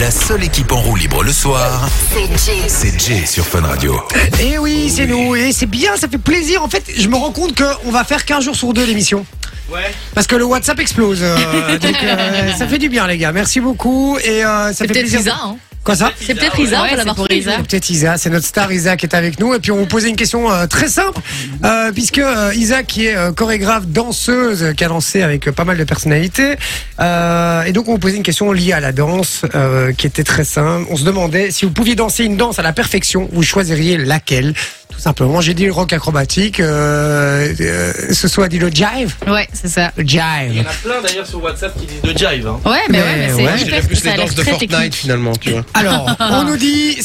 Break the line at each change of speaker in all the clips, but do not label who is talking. La seule équipe en roue libre le soir,
C'est Jay.
c'est Jay sur Fun Radio. Eh,
Et Eh oui, c'est nous. Et c'est bien, ça fait plaisir. En fait, je me rends compte qu'on va faire 15 jours sur deux l'émission.
Ouais.
Parce que le WhatsApp explose. euh, donc, euh, ça fait du bien, les gars. Merci beaucoup. Et euh, ça
C'est
fait
peut-être
plaisir.
Isa, hein.
Quoi ça
C'est peut-être Isa,
Ouais,
on va
c'est
l'avoir
pour
pris.
Isa.
C'est Peut-être Isa, c'est notre star Isa qui est avec nous. Et puis on vous posait une question euh, très simple, euh, puisque euh, Isa qui est euh, chorégraphe, danseuse, euh, qui a dansé avec euh, pas mal de personnalités. euh, et donc on vous posait une question liée à la danse, euh, qui était très simple. On se demandait si vous pouviez danser une danse à la perfection, vous choisiriez laquelle Tout simplement, j'ai dit le rock acrobatique, euh, euh, ce soit dit le jive.
hein. Ouais, c'est ça.
Le
Il y
jive.
en a plein d'ailleurs sur WhatsApp qui disent de jive. Hein.
Ouais, mais,
Mais
ouais, mais c'est
ouais.
Je dirais
hyper-
plus
ça a
les
l'air
danses de
très
Fortnite
technique.
finalement, tu vois.
Alors, on nous dit,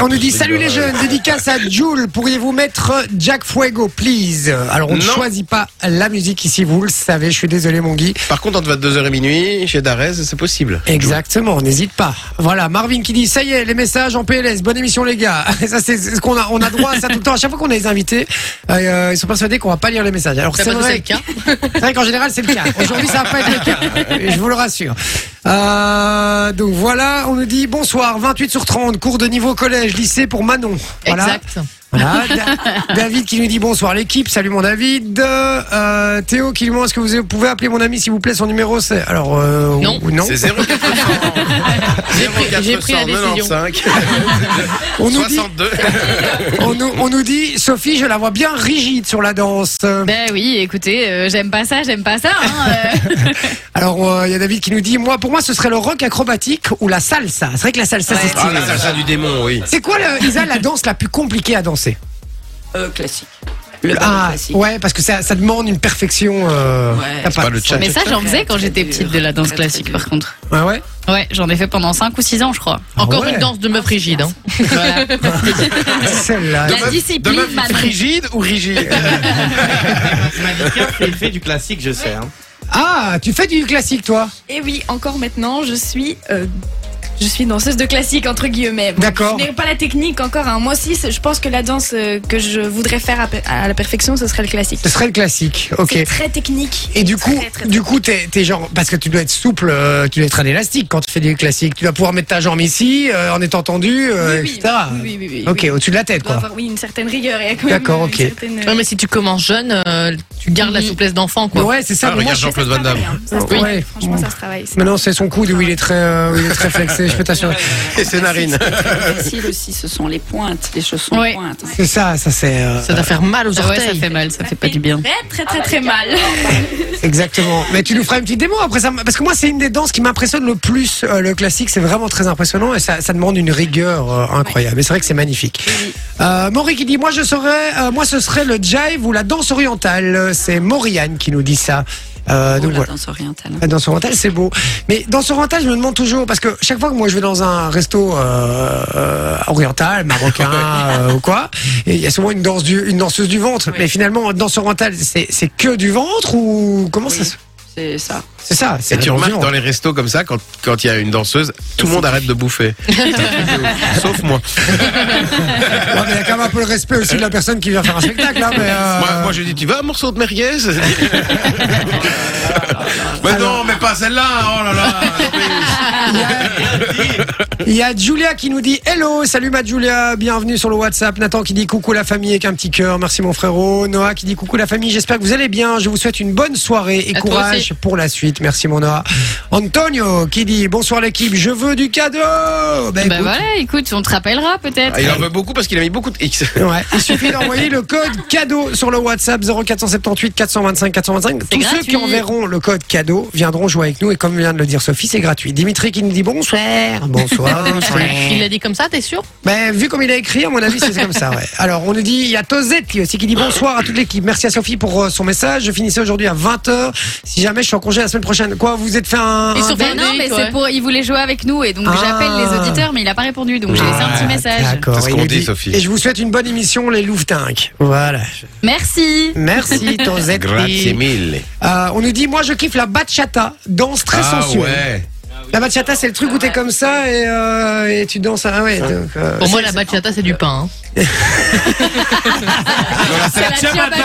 on nous dit, salut les jeunes, dédicace à Jules, pourriez-vous mettre Jack Fuego, please Alors, on ne
Non.
choisit pas la musique ici, vous le savez, je suis désolé mon Guy.
Par contre, entre 22h et minuit, chez Darès, c'est possible.
Exactement, n'hésite pas. Voilà, Marvin qui dit, ça y est, les messages en PLS, bonne émission les gars. Ça, c'est c'est ce qu'on a, on a droit à ça tout le temps. À chaque fois qu'on a les invités, euh, ils sont persuadés qu'on va pas lire les messages. Alors,
T'as
c'est
pas
vrai
le cas.
C'est vrai qu'en général, c'est le cas. Aujourd'hui, ça va pas être le cas. euh, Je vous le rassure. Euh, donc voilà, on nous dit bonsoir, 28 sur 30, cours de niveau collège, lycée pour Manon. Voilà.
Exact.
Voilà. Da- David qui nous dit bonsoir l'équipe, salut mon David. Euh, Théo qui nous demande est-ce que vous pouvez appeler mon ami s'il vous plaît, son numéro c'est. Alors, euh,
Non.
ou- non.
C'est 0400
j'ai pris la décision.
0495
On nous, dit,
62.
on, nous, on nous dit Sophie, je la vois bien rigide sur la danse.
Ben oui, écoutez, euh, j'aime pas ça, j'aime pas ça. hein, euh.
Alors, euh, il y a David qui nous dit moi, pour moi, ce serait le rock acrobatique ou la salsa. C'est vrai que la salsa, c'est
Ah,
stylé.
la salsa du démon, oui.
C'est quoi, le- Isa, la danse la plus compliquée à danser
Euh, classique. Le ballet
Ah,
classique.
ouais, parce que ça, ça demande une perfection. euh,
Ouais.
t'as
C'est
pas le
ça.
mais ça, j'en faisais quand
Très,
j'étais
très
petite
dur.
de la danse
Très, très
classique,
dur.
par contre.
Ah ouais
Ouais, j'en ai fait pendant 5 ou 6 ans, je crois.
Encore
ouais.
une danse de meuf rigide. Hein.
Voilà.
Celle-là.
La discipline, maintenant.
Rigide ou rigide
Malika fait, fait du classique, je sais. Hein.
Ah, tu fais du classique, toi
Eh
Et oui, encore maintenant, je suis. euh, je suis danseuse de classique entre guillemets. Bon,
D'accord.
Je n'ai pas la technique encore. hein. Moi aussi, c'est- je pense que la danse euh, que je voudrais faire à, pe- à la perfection, ce serait le classique.
Ce serait le classique, ok.
C'est très technique.
Et du coup,
très, très
du coup, t'es, t'es genre, parce que tu dois être souple, euh, tu dois être un élastique quand tu fais du classique. Tu dois pouvoir mettre ta jambe ici, euh, en étant tendu, euh,
oui,
etc.
oui, oui, oui, oui,
ok,
oui. Bah,
au-dessus de la tête,
Il doit
quoi.
avoir, oui, une certaine rigueur. Il y a quand même,
D'accord,
euh,
ok.
une certaine, euh,
Ouais, mais si tu commences jeune, euh, tu gardes la
Mhm.
souplesse d'enfant,
Mais
bah.
quoi.
ouais, c'est ça.
Ah,
mais moi,
regarde
je-
Jean-Claude Van Damme.
ça se
Oui.
travaille.
Ouais.
Franchement, ça se travaille. c'est-
Maintenant, c'est son coude où il est très, euh, où il est très flexé. Je peux t'assurer.
Et ses narines.
Très facile aussi, ce sont les pointes, les chaussons
Ouais.
pointes.
C'est ça, ça c'est euh,
Ça doit faire mal aux
Ah ouais,
orteils.
ça fait mal, ça fait pas du bien.
Très, très, très, très mal.
exactement. Mais tu nous feras une petite démo après ça, parce que moi, c'est une des danses qui m'impressionne le plus. euh, le classique, c'est vraiment très impressionnant et ça, ça demande une rigueur euh, incroyable. Mais c'est vrai que c'est magnifique. Euh, Maury qui dit moi je serais euh, moi ce serait le jive ou la danse orientale. C'est Mauriane qui nous dit ça. Euh,
Oh,
donc
la
voilà.
danse orientale.
La danse orientale, c'est beau. Mais danse orientale, je me demande toujours, parce que chaque fois que moi je vais dans un resto euh, euh, oriental, marocain euh, ou quoi, et il y a souvent une, danse du, une danseuse du ventre. Mais finalement, danse orientale, c'est c'est que du ventre ou comment ça
Oui.
se...
C'est ça.
C'est ça, c'est
Et
la
tu
danse du
remarques
ventre.
dans les restos comme ça, quand quand il y a une danseuse, tout le monde arrête de bouffer. C'est un truc de ouf. Sauf moi.
Ouais, mais Il y a quand même un peu le respect aussi de la personne qui vient faire un spectacle. hein, mais, euh,
Moi, moi, je dis, tu veux un morceau de merguez Mais non, mais pas celle-là. Oh là là.
Il y a Julia qui nous dit Hello, salut ma Julia, bienvenue sur le WhatsApp. Nathan qui dit coucou la famille avec un petit cœur, merci mon frérot. Noah qui dit coucou la famille, j'espère que vous allez bien. Je vous souhaite une bonne soirée et
À toi aussi.
courage pour la suite. Merci mon Noah. Antonio qui dit bonsoir l'équipe, je veux du cadeau. Ben,
Bah
écoute,
voilà, écoute, on te rappellera peut-être.
Ah, Il en veut beaucoup parce qu'il a mis beaucoup de X.
ouais, il suffit d'envoyer le code cadeau sur le WhatsApp 0478 425 425. Tous ceux
gratuit.
qui enverront le code cadeau viendront jouer avec nous et comme vient de le dire Sophie, c'est gratuit. Dimitri qui nous dit bonsoir, bonsoir.
Il l'a dit comme ça, t'es sûr
Ben, vu comme il a écrit, à mon avis, c'est comme ça. Ouais. Alors, on nous dit, il y a Tosette qui aussi qui dit bonsoir à toute l'équipe. Merci à Sophie pour euh, son message. Je finissais aujourd'hui à 20h. Si jamais je suis en congé la semaine prochaine. Quoi, vous êtes fait un.
Ils sont
un-
Ben non, mais
Ouais.
c'est pour. Il voulait jouer avec nous et donc
Ah.
j'appelle les auditeurs, mais il a pas répondu, donc j'ai laissé un petit
Ah,
message.
D'accord.
C'est ce
Il
qu'on
nous
dit, Sophie.
Et je vous souhaite une bonne émission, les Louvetinques. Voilà.
Merci.
Merci, Tosette.
mille.
Euh, on nous dit, moi, je kiffe la bachata, danse très
Ah
sensuelle.
ouais.
La bachata, c'est le truc où t'es comme ça et, euh, et tu danses. Ah ouais. donc, euh,
Pour moi, la bachata, c'est du pain. hein.
C'est la ciabatta.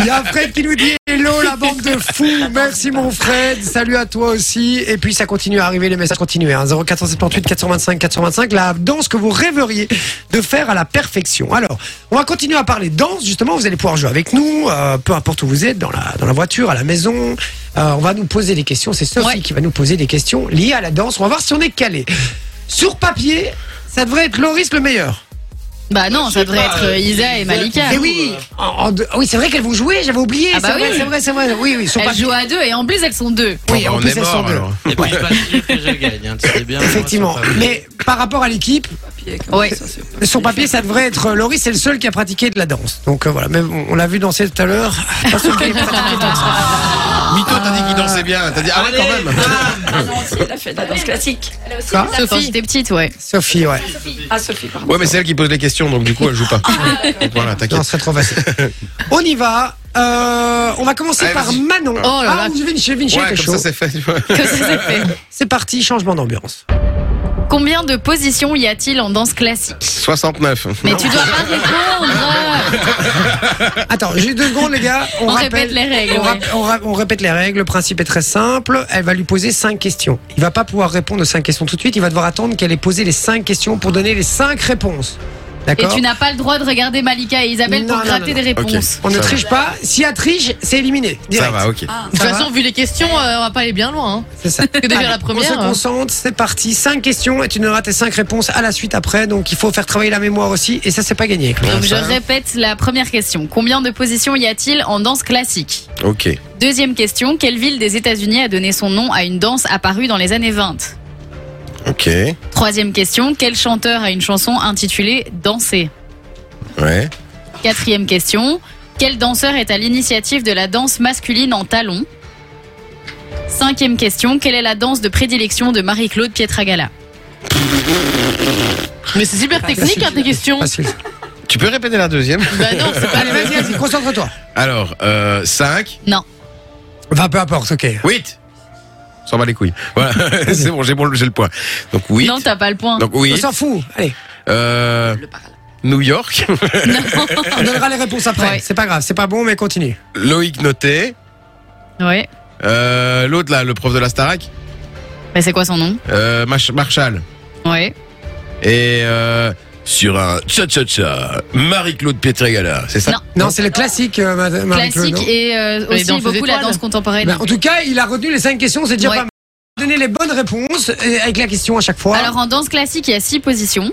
Il y a Fred qui nous dit Hello Milo, la bande de fous. Merci mon Fred. Salut à toi aussi. Et puis ça continue à arriver, les messages continuent. Hein. 0478 425 425. La danse que vous rêveriez de faire à la perfection. Alors, on va continuer à parler danse. Justement, vous allez pouvoir jouer avec nous, euh, peu importe où vous êtes, dans la dans la voiture, à la maison. Euh, on va nous poser des questions. C'est Sophie
Ouais.
qui va nous poser des questions liées à la danse. On va voir si on est calé. Sur papier, ça devrait être Loris le meilleur.
Bah non,
Je
ça
sais
devrait
pas,
être
euh,
euh, Isa et
Isa,
Malika.
Mais oui, en- en deux- oui c'est vrai qu'elles vont jouer, j'avais oublié.
Ah bah
c'est vrai,
oui.
c'est vrai, c'est vrai. Oui, oui, ils sont pas
Elles jouent à deux et en plus elles sont deux.
Oui,
Bon,
en
bah, on
plus,
est
elles sont
mort
deux.
alors.
Et puis, pas sûr que je gagne, hein, tu sais bien. moi,
Effectivement.
c'est pas-
Mais par rapport à l'équipe,
papier, comme
Ouais.
euh, ça, c'est-
sur papier, ça devrait être euh, Laurie, c'est le seul qui a pratiqué de la danse. Donc euh, voilà, même on- on l'a vu danser tout à l'heure. Ah, Pas sûr qu'elle ait pratiqué de danse.
Mito, t'as dit qu'il dansait bien. T'as dit, ah ouais,
Allez,
quand même.
bam
Ah non, si, elle a fait de la danse classique.
Quoi
Sophie, quand j'étais petite, ouais.
Sophie, ouais.
Ah, Sophie, pardon.
Ouais, mais c'est elle qui pose les questions, donc du coup, elle joue
Ah,
pas. Donc voilà,
Non,
t'inquiète.
ce serait trop facile. on y va. Euh, on va commencer
Allez,
par
vas-y.
Manon.
Oh là là.
ah, Vinci, Vinci,
Ouais,
quelque
comme ça,
chose.
c'est fait. tu vois.
Que ça s'est fait.
C'est parti, changement d'ambiance.
Combien de positions y a-t-il en danse classique
69.
Mais tu dois pas répondre.
Attends, j'ai deux secondes, les gars. On,
On
rappelle-
répète les règles,
On,
ouais.
rap- on ra- on répète les règles. Le principe est très simple. Elle va lui poser cinq questions. Il va pas pouvoir répondre aux cinq questions tout de suite. Il va devoir attendre qu'elle ait posé les cinq questions pour donner les cinq réponses.
Et
D'accord
tu n'as pas le droit de regarder Malika et Isabelle
Non,
pour
non,
gratter
non.
des
Ok.
réponses.
On ne
Ça va.
triche pas. Si elle triche, c'est éliminé. Direct.
Ça va, ok.
Ah,
De toute
Ça va
façon, vu les questions, euh, on va pas aller bien loin. hein.
C'est ça.
Parce que déjà
Allez,
la
On se
première.
hein.
euh,
concentre, c'est parti. Cinq questions et tu donneras tes cinq réponses à la suite après. Donc il faut faire travailler la mémoire aussi. Et ça, c'est pas gagné.
Bon,
euh, Donc je
ça va.
répète la première question. Combien de positions y a-t-il en danse classique
Ok.
Deuxième question. Quelle ville des États-Unis a donné son nom à une danse apparue dans les années 20
Ok.
Troisième question. Quel chanteur a une chanson intitulée Danser
Ouais.
Quatrième question. Quel danseur est à l'initiative de la danse masculine en talons Cinquième question. Quelle est la danse de prédilection de Marie-Claude Pietragala
Mais c'est super technique, hein, tes questions.
Facile.
Tu peux répéter la deuxième
Bah non, c'est pas
Allez, Ah, vas-y, vas-y, concentre-toi.
Alors, euh, 5,
Enfin, peu importe, ok.
8. S'en bat les couilles. Voilà, c'est bon, j'ai bon, j'ai le point. Donc 8.
Non, t'as pas le point.
Donc
On
8.
s'en fout. Allez,
Euh,
le parallèle.
New York.
on donnera les réponses après.
Ouais.
C'est pas grave, c'est pas bon, mais continue.
Loïc Noté.
Ouais.
Euh, L'autre là, le prof de la Starac.
Mais c'est quoi son nom
Euh, Mach- Marshall.
Ouais.
Et euh, sur un tcha-tcha-tcha, Marie-Claude Pietragala, c'est ça
Non.
Non, c'est le classique, euh, madame- Marie-Claude,
Classique
non
et euh,
Les
aussi
danses aux
beaucoup la
étoiles.
danse contemporaine.
Ben, en tout cas, il a retenu les cinq questions, c'est déjà
Ouais.
pas mal. Donner les bonnes réponses et avec la question à chaque fois.
Alors en danse classique, il y a six positions.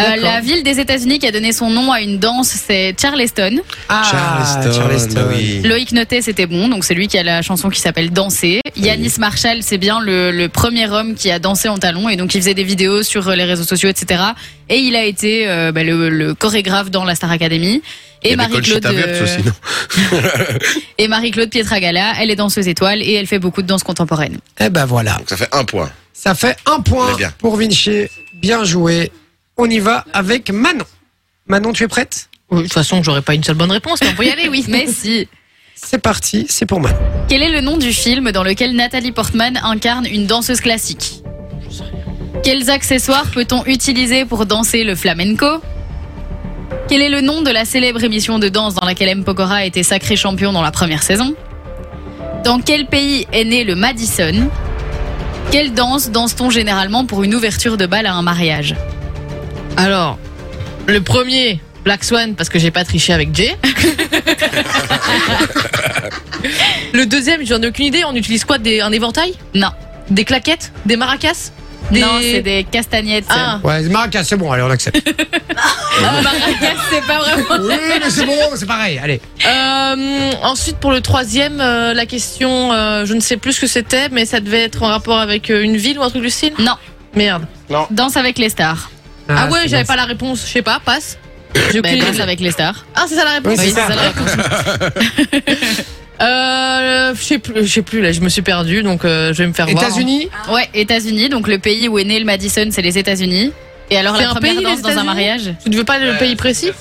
Euh, la ville des États-Unis qui a donné son nom à une danse, c'est Charleston.
ah,
bah
Charleston.
Loïc Notet, c'était bon, donc c'est lui qui a la chanson qui s'appelle Danser. Yanis Marshall, c'est bien le, le premier homme qui a dansé en talons et donc il faisait des vidéos sur euh, les réseaux sociaux, etc. Et il a été euh, bah, le, le chorégraphe dans la Star Academy.
Il
Et
y a des
Marie-Claude
colchitas vertes
euh,
aussi, non
et Marie-Claude Pietragala, elle est danseuse étoile et elle fait beaucoup de danse contemporaine.
Eh ben voilà,
Donc ça fait un point.
ça fait un point
Très bien.
pour Vinci. Bien joué. On y va avec Manon. Manon, tu es prête
Oui, De toute façon, j'aurais pas une seule bonne réponse, mais on peut y aller, oui.
Mais si.
C'est parti, c'est pour Manon.
Quel est le nom du film dans lequel Nathalie Portman incarne une danseuse classique Quels accessoires peut-on utiliser pour danser le flamenco Quel est le nom de la célèbre émission de danse dans laquelle M. Pokora a été sacré champion dans la première saison Dans quel pays est né le Madison Quelle danse danse-t-on généralement pour une ouverture de bal à un mariage
Alors, le premier, Black Swan, parce que j'ai pas triché avec Jay. le deuxième, j'en ai aucune idée. On utilise quoi des, Un éventail
Non.
Des claquettes Des maracas des...
Non, c'est des castagnettes.
Ah,
Ouais, Maracas, c'est bon, allez, on accepte.
Ah, maracas, c'est pas vraiment.
oui, mais c'est bon, c'est pareil, allez.
euh, ensuite, pour le troisième, euh, la question, euh, je ne sais plus ce que c'était, mais ça devait être en rapport avec euh, une ville ou un truc du style
Non.
Merde.
Danse avec les stars.
Ah, ouais,
c'est
j'avais
bon.
pas la réponse, je sais pas, passe. J'ai
Ben,
aucune
danse
idée.
avec les stars.
Ah, c'est ça la réponse
Oui, c'est
Oui,
ça.
c'est ça la réponse. Euh, je sais plus, je sais plus là, je me suis perdue, donc euh, je vais me faire voir.
États-Unis
Ouais, États-Unis. Donc le pays où est né le Madison, c'est les États-Unis. Et alors
C'est
la
un
première
pays, les
danse dans un
États-Unis
mariage
Tu ne veux pas le
Ouais,
pays précis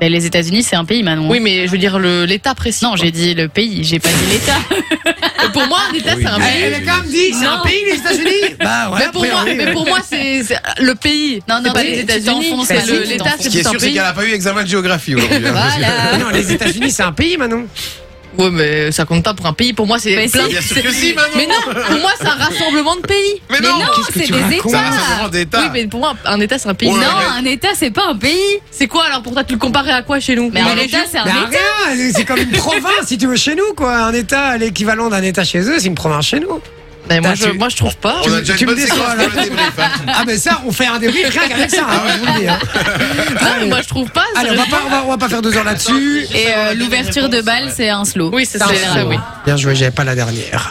Ben, Les États-Unis, c'est un pays, Manon.
Oui, mais je veux dire le- l'État précis.
Non, j'ai dit le pays, j'ai pas dit l'État.
Pour moi, l'État
Oui.
c'est un
Ah,
pays.
Elle a Eh, quand même dit que c'est un
Non.
pays, les États-Unis Bah ouais,
Mais pour,
a
moi,
priori,
mais
ouais.
pour moi, c'est c'est le pays.
Non,
C'est
non,
pas
tu-
les
tu
États-Unis.
t'enfonces,
c'est
Manon,
le-
tu
L'État,
t'enfonces.
c'est
Ce qui est
tout un
sûr, c'est
pays.
Ah
qu'elle n'a pas eu examen de géographie aujourd'hui. hein.
Voilà.
Non, les États-Unis, c'est un pays, Manon.
Ouais, mais ça compte pas pour un pays. Pour moi, c'est
Mais
plein.
si.
Bien sûr que si, maman.
Mais non, pour moi, c'est un rassemblement de pays.
Mais
Mais
non,
non,
qu'est-ce que
c'est
tu
des
racontes
C'est un
États.
rassemblement d'État.
Oui, mais pour moi, un État, c'est un pays.
Ouais.
Non.
Non, un État, c'est pas un pays.
C'est quoi alors pour toi Tu le comparais à quoi chez nous
Mais
Une
un
région
État, c'est un
Bah,
État.
rien, c'est comme une province si tu veux chez nous quoi. Un État, l'équivalent d'un État chez eux, c'est une province chez nous.
Mais moi,
T'as-
je,
tu-
moi, je trouve pas.
On a déjà
tu
une
me
bonne
déçois,
séquence
là.
pour le débrief. hein.
Ah mais ça, on fait un débrief rien qu'avec ça. hein, je vous le dis, hein.
Ah,
Non, mais moi, je trouve pas.
Allez, on va pas, on va, on va pas faire deux heures là-dessus.
Et euh, l'ouverture de balle, c'est un slow.
Oui, c'est
Ça,
ça.
c'est-
oui.
Bien joué, j'avais pas la dernière.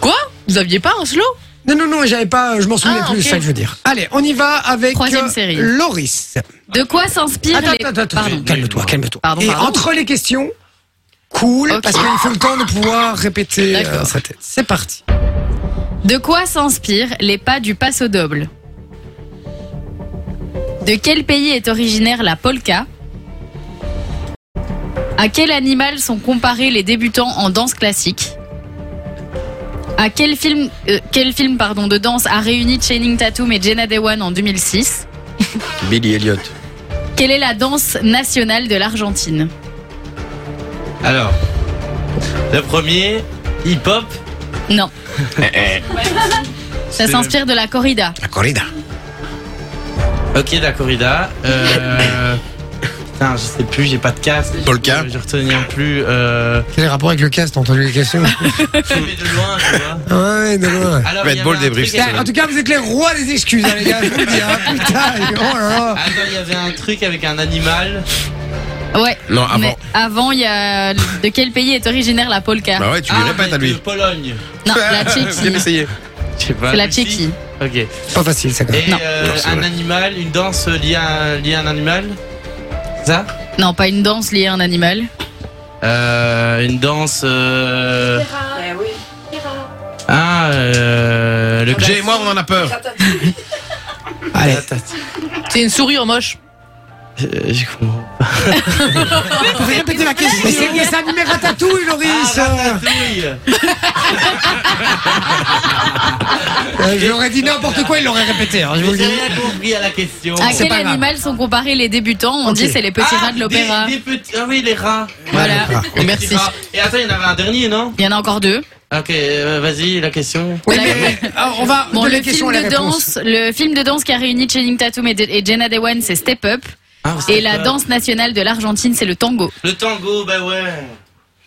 Quoi Vous aviez pas un slow
Non, non, non, j'avais pas, je m'en souvenais
Ah,
plus,
ok.
c'est ça que je veux dire. Allez, on y va avec euh,
Troisième série.
Loris.
De quoi s'inspire
Attends,
les...
attends, attends,
Pardon.
calme-toi, calme-toi.
Pardon,
Et
pardon.
entre les questions, cool,
Ok.
parce qu'il faut le temps de pouvoir répéter euh,
D'accord.
sa tête. C'est parti.
De quoi s'inspirent les pas du passo doble De quel pays est originaire la polka À quel animal sont comparés les débutants en danse classique À quel film, euh, quel film pardon, de danse a réuni Channing Tatum et Jenna Dewan en 2006
Billy Elliot.
Quelle est la danse nationale de l'Argentine
Alors, le premier, hip-hop.
Non,
Eh,
ça
c'est-
s'inspire de la corrida.
La corrida.
Ok, la corrida. Euh... Putain, je sais plus, j'ai pas de casque.
Polka.
Je retiens plus. Euh...
Quel est le rapport avec le casque T'as entendu les questions
Je vais de loin, tu vois.
Ouais, non, non.
Alors,
Red
il y avait
Bull
un
débrief,
truc
c'est
Bah, En
avec-
tout cas, vous êtes les rois des excuses, hein, les gars, je vous le dis, hein. putain, oh là là.
Ah, Attends, il y avait un truc avec un animal.
Ouais,
Non, avant.
mais avant, il y a... De quel pays est originaire la polka
Bah ouais, tu lui
Ah,
répètes
mais
à
de
lui.
Pologne.
Non, la Tchéquie.
Bien essayé.
Je sais pas.
C'est la
Russie.
Tchéquie.
Ok. Et
Pas facile, ça, quand même.
Non.
euh,
Non, c'est
un
vrai.
animal, une danse liée à, liée à un animal Ça
Non, pas une danse liée à un animal.
euh, Une danse. Euh...
Eh oui.
Ah, euh, le
Jay et moi, on en a peur.
Allez,
C'est une souris en moche.
Euh, j'ai compris.
vous pouvez répéter la question. Mais c'est le dessin animé Ratatouille, Loris.
Ah, ratatouille.
Euh, je l'aurais dit n'importe quoi, il l'aurait répété, hein, je vous
Mais
le
J'ai
dis.
rien compris à la question.
À
c'est
quel
pas grave.
animal sont comparés les débutants On
Ok.
dit c'est les petits rats de l'opéra.
Des, des petits... Ah oui, les rats.
Voilà.
Ah,
Les
Merci.
petits rats. Et attends, il y en avait un dernier, non
Il y en a encore deux.
Ok, euh, vas-y, la question.
Oui,
Voilà.
mais ah, on va
Bon,
de les
le
questions
film
à les
de
réponses.
danse, le film de danse qui a réuni Channing Tatum et, et Jenna Dewan, c'est Step Up.
Ah, c'est
Et la
pas-
danse nationale de l'Argentine, c'est le tango.
Le tango, bah ouais.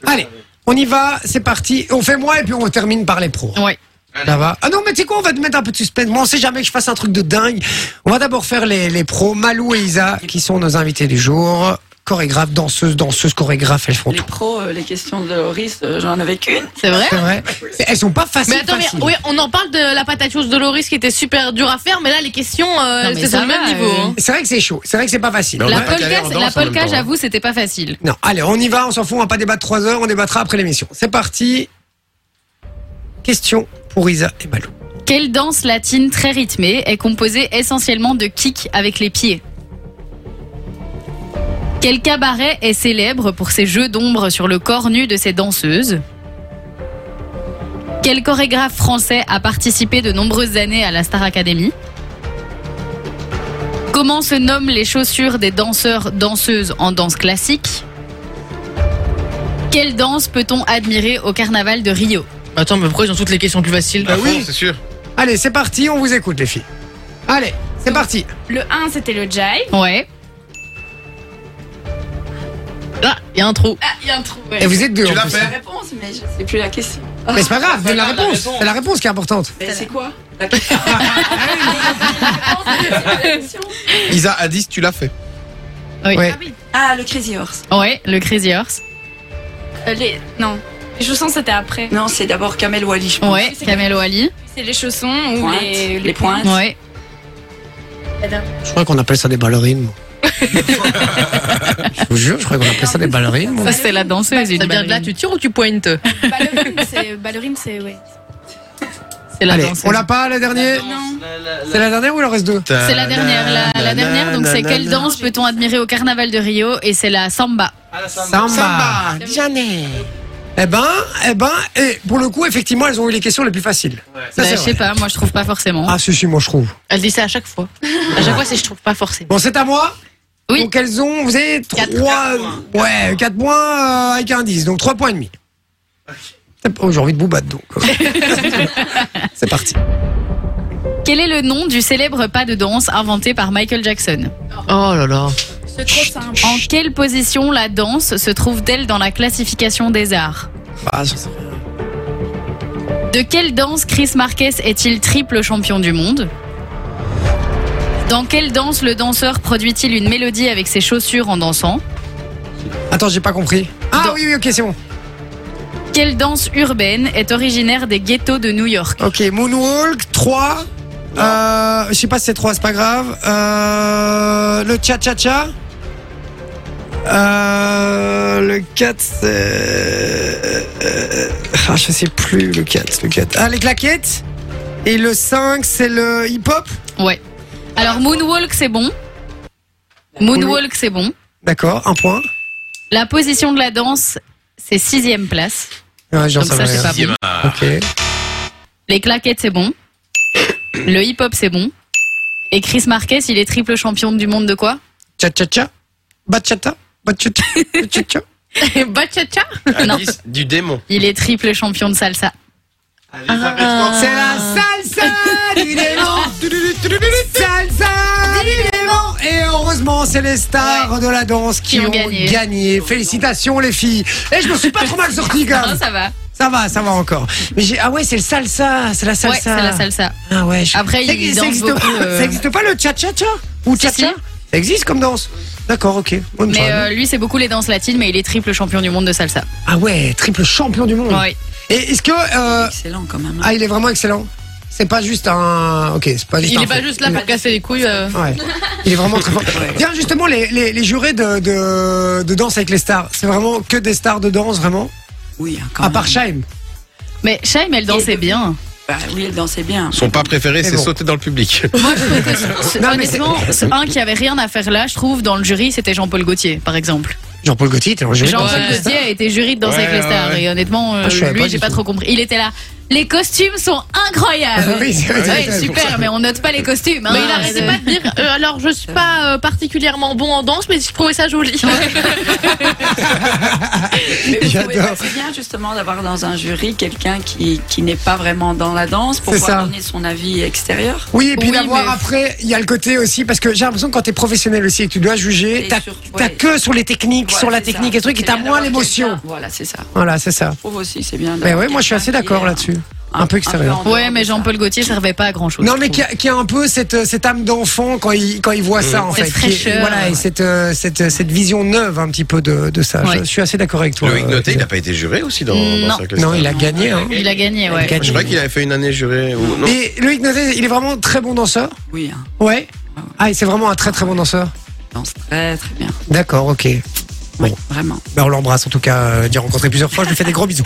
Allez, on y va, c'est parti. On fait moi et puis on termine par les pros.
Ouais.
Ça va Ah non, mais tu sais quoi, on va te mettre un peu de suspense. Moi, on sait jamais que je fasse un truc de dingue. On va d'abord faire les, les pros, Malou et Isa, qui sont nos invités du jour. Chorégraphe, danseuse, danseuse, chorégraphe, elles font
Les
tout.
pros, euh, les questions de Loris, euh, j'en avais qu'une.
C'est vrai
C'est vrai Mais Elles sont pas faciles.
Mais attends, mais,
faciles.
oui, on en parle de la patate chose de Loris qui était super dure à faire, mais là, les questions, euh,
Non, mais
c'est sur
ça
le même
va,
niveau.
euh.
hein.
C'est vrai que c'est chaud, c'est vrai que c'est pas facile.
Mais on
La
a pas
polka,
galère en
c'est-
danse
la
en même
polka
temps, hein.
j'avoue, c'était pas facile.
Non, allez, on y va, on s'en fout, on va pas débattre trois heures, on débattra après l'émission. C'est parti. Question pour Isa et Malou.
Quelle danse latine très rythmée est composée essentiellement de kicks avec les pieds Quel cabaret est célèbre pour ses jeux d'ombre sur le corps nu de ses danseuses Quel chorégraphe français a participé de nombreuses années à la Star Academy Comment se nomment les chaussures des danseurs-danseuses en danse classique Quelle danse peut-on admirer au carnaval de Rio
Attends, mais pourquoi ils ont toutes les questions plus faciles
Ah oui, c'est sûr.
Allez, c'est parti, on vous écoute les filles. Allez, c'est parti.
Le 1, c'était le jive.
Ouais.
Là, il y a un trou.
Ah, il y a un trou,
Et vous êtes deux.
Tu
en
l'as
plus.
fait.
La réponse, mais je sais plus la question.
Mais c'est pas grave,
C'est
donne la
pas grave, la
réponse.
réponse.
C'est la réponse qui est importante.
Mais c'est quoi la question
Isa à 10, tu l'as fait.
Oui.
Ouais.
Ah, le Crazy Horse.
Ouais, le Crazy Horse.
Euh, les... Non. Les chaussons, c'était après.
Non, c'est d'abord Kamel Wally, je pense.
Ouais, Ah, Camelo Ali.
C'est les chaussons ou
Pointe,
les...
les pointes.
Ouais.
Je crois qu'on appelle ça des ballerines. moi. je vous jure, je crois qu'on appelle ça des ballerines. moi.
Ça, c'est la danseuse, une
Ça vient de là,
ballerine.
tu tires ou tu pointes
Ballerine, c'est... Ballerine, c'est... Ouais.
C'est la
Allez,
danseuse.
on l'a pas la dernière
Non.
La- la- la-
C'est la dernière ou il en reste deux
C'est la dernière, la,
Euh,
la dernière. Donc, c'est quelle danse
danse
peut-on admirer au carnaval de Rio Et c'est la samba.
Ah, la samba.
Samba, Diane. Eh ben, eh ben, et pour le coup, effectivement, elles ont eu les questions les plus faciles.
Ouais.
Ça,
Bah,
c'est
je sais
vrai.
pas, moi, je trouve pas forcément.
Ah, si, si, moi je trouve.
Elle dit ça à chaque fois. À chaque fois, c'est je trouve pas forcément.
Bon, c'est à moi.
Oui.
Donc elles ont, vous avez trois,
Quatre points.
euh, ouais, quatre points euh, avec un 10, donc trois points et demi. Oh, J'ai envie de boubattre donc. C'est parti.
Quel est le nom du célèbre pas de danse inventé par Michael Jackson
Oh là là.
C'est trop simple.
En quelle position la danse se trouve-t-elle dans la classification des arts
Bah,
De quelle danse Chris Marquez est-il triple champion du monde Dans quelle danse le danseur produit-il une mélodie avec ses chaussures en dansant
Attends, j'ai pas compris. Ah
Dans-
oui, oui, ok, c'est bon.
Quelle danse urbaine est originaire des ghettos de New York
Ok, Moonwalk 3. Euh, je sais pas si c'est 3, c'est pas grave. Euh, le cha-cha-cha. Euh, le 4, c'est. euh, Ah, je sais plus le 4. Le 4. Ah, les claquettes. Et le 5, c'est le hip-hop.
Ouais. Alors Moonwalk c'est bon. Moonwalk c'est bon.
D'accord, un point.
La position de la danse c'est sixième place.
Ouais, j'en
Donc ça
savais
c'est pas
rien.
bon.
Ok.
Les claquettes c'est bon. Le hip-hop c'est bon. Et Chris Marquez il est triple champion du monde de quoi
Cha-cha-cha. Bachata. Bachata. Cha-cha.
Bachata
Indice du démon.
Il est triple champion de salsa.
C'est la salsa du démon Salsa du démon Et heureusement, c'est les stars de la danse qui, ont, gagné. Félicitations les filles Et je me suis pas trop mal sorti quand
Non,
même
ça va.
Ça va, ça va encore. Mais j'ai... Ah ouais, c'est le salsa, c'est la salsa.
Ouais, c'est la salsa.
Ah ouais, je-
Après,
ça,
il
existe- ça
danse
existe
beaucoup,
pas,
euh,
ça existe pas le cha-cha-cha Ou
Si,
cha-cha
si.
Ça existe comme danse D'accord, ok. Bonne
Mais
soirée.
euh, lui, c'est beaucoup les danses latines, mais il est triple champion du monde de salsa.
Ah ouais, triple champion du monde.
Ouais.
Et est-ce que... euh,
Excellent quand même.
Ah, il est vraiment excellent c'est pas juste un. Ok, c'est pas juste
Il
un
est pas
faux.
juste là pour casser les couilles. euh.
Ouais. Il est vraiment très fort. Tiens, justement, les, les, les jurés de, de, de danse avec les stars, c'est vraiment que des stars de danse, vraiment
Oui, hein, quand
À part
même.
Shaim.
Mais Shaim, elle dansait bien.
Bah oui, elle dansait bien.
Son pas préféré,
Mais
c'est
bon.
sauter dans le public.
Moi, je trouve que ce-
Non, mais
honnêtement, ce un qui avait rien à faire là, je trouve, dans le jury, c'était Jean-Paul Gaultier, par exemple.
Jean-Paul Gaultier, t'es en jury de danse
Jean-Paul
avec les stars
Gaultier a été jury de Danse
Ouais,
avec les stars,
ouais, ouais.
et honnêtement, euh,
Ah, je savais pas
lui,
du
j'ai pas
tout.
trop compris. Il était là. Les costumes sont
Ah
incroyables.
oui, c'est vrai, c'est
Ouais,
vrai, c'est pour ça.
super, mais on note pas les costumes. hein.
Mais il arrêtait
Euh,
pas de dire, euh, alors je suis pas euh, particulièrement bon en danse, mais je trouvais ça joli.
J'adore.
C'est bien justement d'avoir dans un jury quelqu'un qui, qui n'est pas vraiment dans la danse pour
C'est
pouvoir
ça.
donner son avis extérieur.
Oui, et puis
Oui,
d'avoir
mais-
après, il y a le côté aussi, parce que j'ai l'impression que quand t'es professionnel aussi et que tu dois juger,
Et
t'as
sur-
t'as
ouais.
que sur les techniques,
Voilà,
sur la
c'est ça.
technique et trucs, et
C'est
t'as
bien
moins
d'avoir
l'émotion.
quelqu'un- Voilà, c'est ça.
Voilà, c'est ça.
Je trouve aussi, c'est bien.
Mais
d'avoir
Ben ouais, moi je suis
quelqu'un
assez
qui
d'accord
est
là-dessus. Un peu extérieur.
en dehors
Ouais,
de
mais
ça.
Jean-Paul Gaultier servait pas à grand chose.
Non, mais qui a, qui a un peu cette, euh, cette âme d'enfant quand il, quand il voit
Mm.
ça, en
Cette
fait. Qui est-
fraîcheur,
voilà, et
ouais.
cette, euh, cette, euh, cette vision neuve, un petit peu, de, de ça. Je
Ouais.
suis assez d'accord avec toi.
Loïc
euh,
Noté, il n'a pas été juré aussi dans,
Non.
dans Cercle
Non,
Star.
il a gagné. Hein.
Il a gagné, ouais.
Il a
Je crois qu'il avait fait une année jurée. Ou... Non.
Et Loïc Noté, il est vraiment très bon danseur.
Oui, hein.
Ouais. Ah, et c'est vraiment un très très bon danseur.
danse très très bien.
D'accord, ok.
Oui, vraiment.
Ben, on l'embrasse en tout cas, euh, j'ai rencontré plusieurs fois, je lui fais des gros bisous.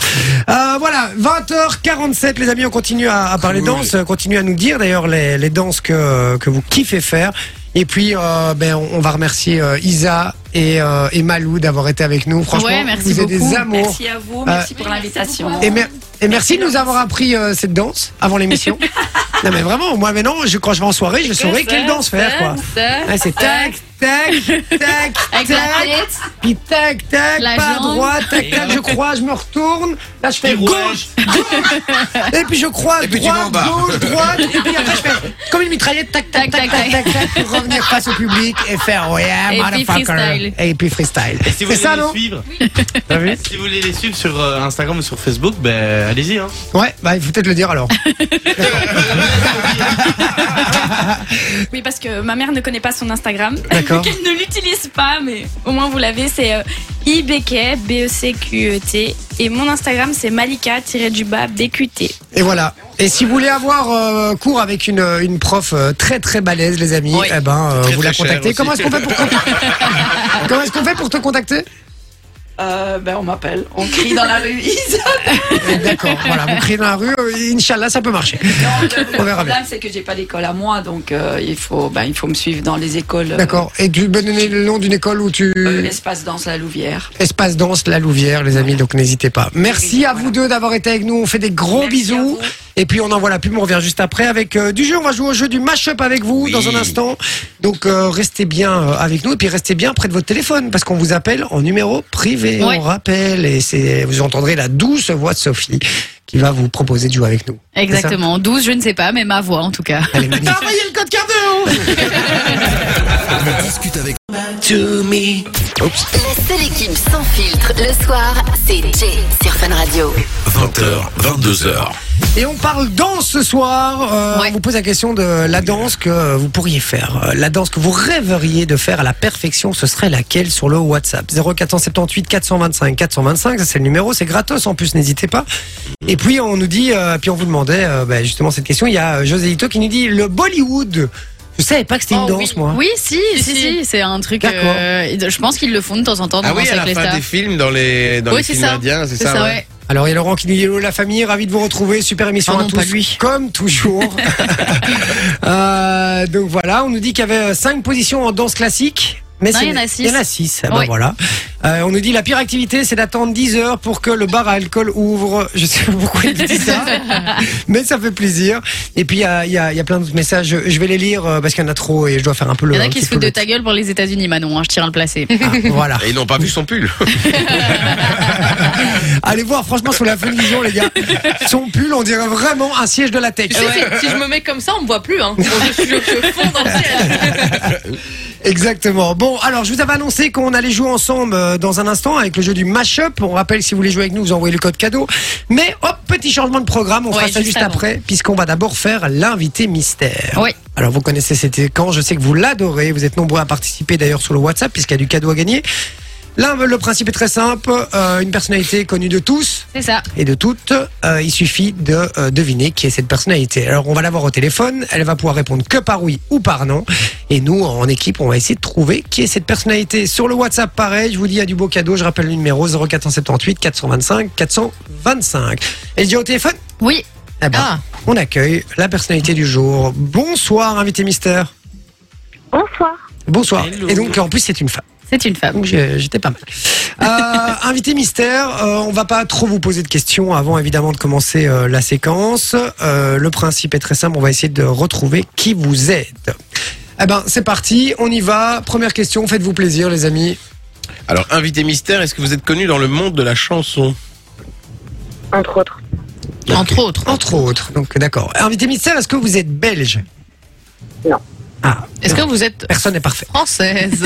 Euh, voilà, 20h47 les amis, on continue à, à parler danse, euh, continue à nous dire d'ailleurs les, les danses que, euh, que vous kiffez faire. Et puis euh, ben, on, on va remercier euh, Isa et, euh, et Malou d'avoir été avec nous. Franchement,
Ouais, merci
vous êtes
beaucoup.
des amours.
Merci à vous,
Euh,
merci pour l'invitation.
Et, mer- et merci de nous avoir appris euh, cette danse avant l'émission. non mais vraiment, moi maintenant, je, quand je vais en soirée, je saurai quelle danse faire quoi. Ouais, c'est tac, tac, tac,
Avec la
tac.
palette,
Puis tac, tac,
La
pas
jambe.
droit, tac, tac, je crois, je me retourne. Là, je fais
Pirouette.
gauche, gauche. Et puis je crois,
Et puis tu vas en
droite,
bas.
gauche, droite. Et puis après, je fais comme une mitraillette, tac, tac, tac, tac, tac, tac, pour revenir face au public et faire, ouais,
Et puis
motherfucker.
freestyle.
Et puis freestyle.
Et si vous
C'est
voulez
ça,
les
non
suivre,
T'as vu
si vous voulez les suivre sur euh, Instagram ou sur Facebook, ben allez-y. Hein.
Ouais, bah, il faut peut-être le dire alors.
Oui, parce que ma mère ne connaît pas son Instagram.
D'accord.
Qu'elle ne l'utilise pas, mais au moins vous l'avez. C'est euh, IBEQUET, B-E-C-Q-E-T. E Et mon Instagram, c'est malika-bqt.
Et voilà. Et si vous voulez avoir euh, cours avec une, une prof euh, très très balèze, les amis, eh ben, euh,
Très,
vous
très
la
chère
contactez.
aussi.
Comment est-ce qu'on fait pour Comment est-ce qu'on fait pour te contacter
Euh, ben on m'appelle, on crie dans la rue. Isa.
D'accord, voilà, vous criez dans la rue, euh, Inch'Allah, ça peut marcher.
Non, le-
On
le
verra bien.
problème c'est que j'ai pas d'école à moi, donc euh, il faut, ben, il faut me suivre dans les écoles. euh,
D'accord. Et tu peux donner le nom d'une école où tu.
euh, L'espace danse la Louvière.
Espace Danse La Louvière, les amis, donc n'hésitez pas. Merci à
Voilà.
vous deux d'avoir été avec nous. On fait des gros
Merci à
bisous.
vous.
Et puis on envoie la pub, on revient juste après avec euh, du jeu. On va jouer au jeu du mash-up avec vous
Oui.
dans un instant. Donc euh, restez bien euh, avec nous et puis restez bien près de votre téléphone parce qu'on vous appelle en numéro privé.
Ouais.
On rappelle et c'est vous entendrez la douce voix de Sophie qui va vous proposer de jouer avec nous.
Exactement. 12, je ne sais pas, mais ma voix en tout cas.
Elle est magnifique.
Discute avec
La seule équipe sans filtre le soir, c'est Jay sur Fun Radio.
20h, 22h.
Et on parle danse ce soir. Euh,
Ouais.
On vous pose la question de la danse que vous pourriez faire. Euh, La danse que vous rêveriez de faire à la perfection, ce serait laquelle sur le WhatsApp 0478 425 425, ça c'est le numéro, c'est gratos en plus, n'hésitez pas. Et puis on nous dit, euh, puis on vous demandait euh, bah, justement cette question, il y a euh, José Hito qui nous dit le Bollywood. Je savais pas que c'était
Oh,
une danse,
oui.
moi.
Oui, si, si, si,
si.
c'est un truc.
D'accord.
euh, je pense qu'ils le font de temps en temps dans
Ah oui,
Danse
à la
avec les
fin
stars.
des films, dans les, dans
Oui,
les
c'est
films
ça.
indiens, c'est
C'est
ça,
ça,
ouais.
ouais.
Alors il y a Laurent qui nous dit hello la famille, ravi de vous retrouver, super émission
Oh
à
non,
tous,
pas lui.
comme toujours. Euh, donc voilà, on nous dit qu'il y avait 5 positions en danse classique. Mais
Non,
c'est-
il y en a six.
Il y en a 6.
Oui.
voilà. Euh, on nous dit la pire activité, c'est d'attendre 10 heures pour que le bar à alcool ouvre. Je sais pas pourquoi il dit ça, mais ça fait plaisir. Et puis il y a, il y a- il y a plein d'autres messages. Je je vais les lire euh, parce qu'il y en a trop et je dois faire un peu le.
Il y en a
un
qui
petit
se foutent
peu
de
le-
ta gueule pour les États-Unis, Manon, hein, je tire à le placer.
Ah, voilà.
Et ils n'ont pas vu son pull.
Allez voir, franchement, sur la télévision, les gars. Son pull, on dirait vraiment un siège de la tech.
Tu sais, si- si je me mets comme ça, on me voit plus. Hein. Donc, je, je- je fonds dans le ciel.
Exactement. Bon, alors je vous avais annoncé qu'on allait jouer ensemble euh, dans un instant avec le jeu du mashup. On rappelle si vous voulez jouer avec nous, vous envoyez le code cadeau. Mais hop, petit changement de programme, on
Ouais,
fera ça
juste
juste
avant.
après, puisqu'on va d'abord faire l'invité mystère.
Oui.
Alors vous connaissez cet séquence, je sais que vous l'adorez, vous êtes nombreux à participer d'ailleurs sur le WhatsApp, puisqu'il y a du cadeau à gagner. Là, le principe est très simple, euh, une personnalité connue de tous,
C'est ça.
et de toutes, euh, il suffit de euh, deviner qui est cette personnalité. Alors on va l'avoir au téléphone, elle va pouvoir répondre que par oui ou par non. Et nous, en équipe, on va essayer de trouver qui est cette personnalité. Sur le WhatsApp, pareil, je vous dis, il y a du beau cadeau, je rappelle le numéro 0478 425 425. Et je dis au téléphone
Oui.
Eh ben,
Ah.
on accueille la personnalité du jour. Bonsoir, invité mystère. Bonsoir. Bonsoir.
Hello.
Et donc, en plus, c'est une femme.
C'est une femme.
Donc j'ai- j'étais pas mal. Euh, invité mystère, euh, on va pas trop vous poser de questions avant évidemment de commencer euh, la séquence. Euh, le principe est très simple, on va essayer de retrouver qui vous êtes. Eh ben c'est parti, on y va. Première question, faites-vous plaisir les amis.
Alors, invité mystère, est-ce que vous êtes connu dans le monde de la chanson
entre autres.
Entre autres.
Entre autres, donc d'accord. Invité mystère, est-ce que vous êtes belge
Non.
Ah,
Est-ce que vous êtes
personne n'est parfait.
française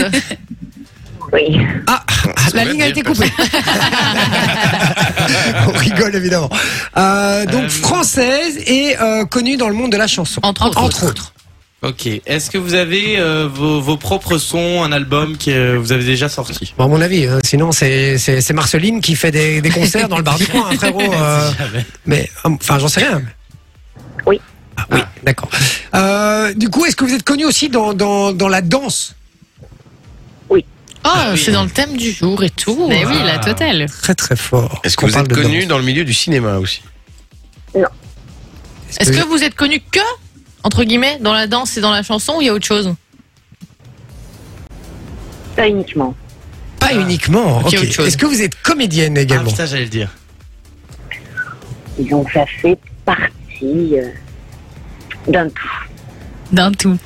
Oui.
Ah, la
va
ligne a
bien,
été coupée. on rigole évidemment. Euh, donc
Euh,
française et euh, connue dans le monde de la chanson.
Entre autres.
Entre autres.
Ok. Est-ce que vous avez euh, vos, vos propres sons, un album que euh, vous avez déjà sorti
Bon, à mon avis, hein. sinon c'est c'est- c'est Marceline qui fait des, des concerts dans le bar du coin, hein, frérot. euh, mais hum, enfin, j'en sais rien.
Oui.
Ah, oui, d'accord. Euh, du coup, est-ce que vous êtes connu aussi dans, dans, dans la danse
Oh,
oui.
c'est dans le thème du jour et tout.
Mais Ben oui,
Ah.
la totale.
Très très fort.
Est-ce que
Qu'on
vous
parle
êtes
de
connu
danse.
dans le milieu du cinéma aussi
Est-ce que vous êtes connu que, entre guillemets, dans la danse et dans la chanson ou il y a autre chose
Pas uniquement.
Pas uniquement.
Ok,
ok.
autre chose.
Est-ce que vous êtes comédienne
Ah
également
putain, j'allais le dire.
Donc ça fait partie euh, d'un tout.
D'un tout.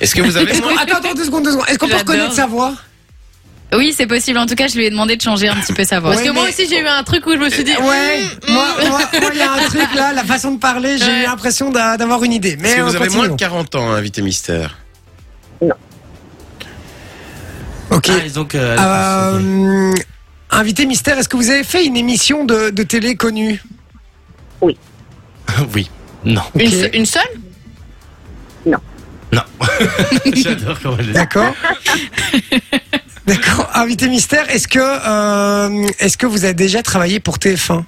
Est-ce que vous avez.
Est-ce qu'on- Attends, attends, deux secondes, deux secondes. Est-ce qu'on peut
J'adore.
reconnaître sa voix
Oui, c'est possible. En tout cas, je lui ai demandé de changer un petit peu sa voix.
Parce
Ouais,
que moi
mais- Euh,
aussi j'ai eu un truc où je me suis dit.
Ouais,
hmm,
moi,
hmm.
moi, moi, il y a un truc là, la façon de parler, j'ai
Ouais.
eu l'impression d'a- d'avoir une idée. Mais
Est-ce que
euh,
vous avez moins de
continuons.
40 ans, hein, invité mystère
Ok.
Ah, et donc, euh, ok.
Euh, Invité mystère, est-ce que vous avez fait une émission de, de télé connue
Oui.
Non.
Une,
Ok.
se- une seule
J'adore comment elle le dit.
D'accord. D'accord. Invité mystère, est-ce que euh, est-ce que vous avez déjà travaillé pour TF1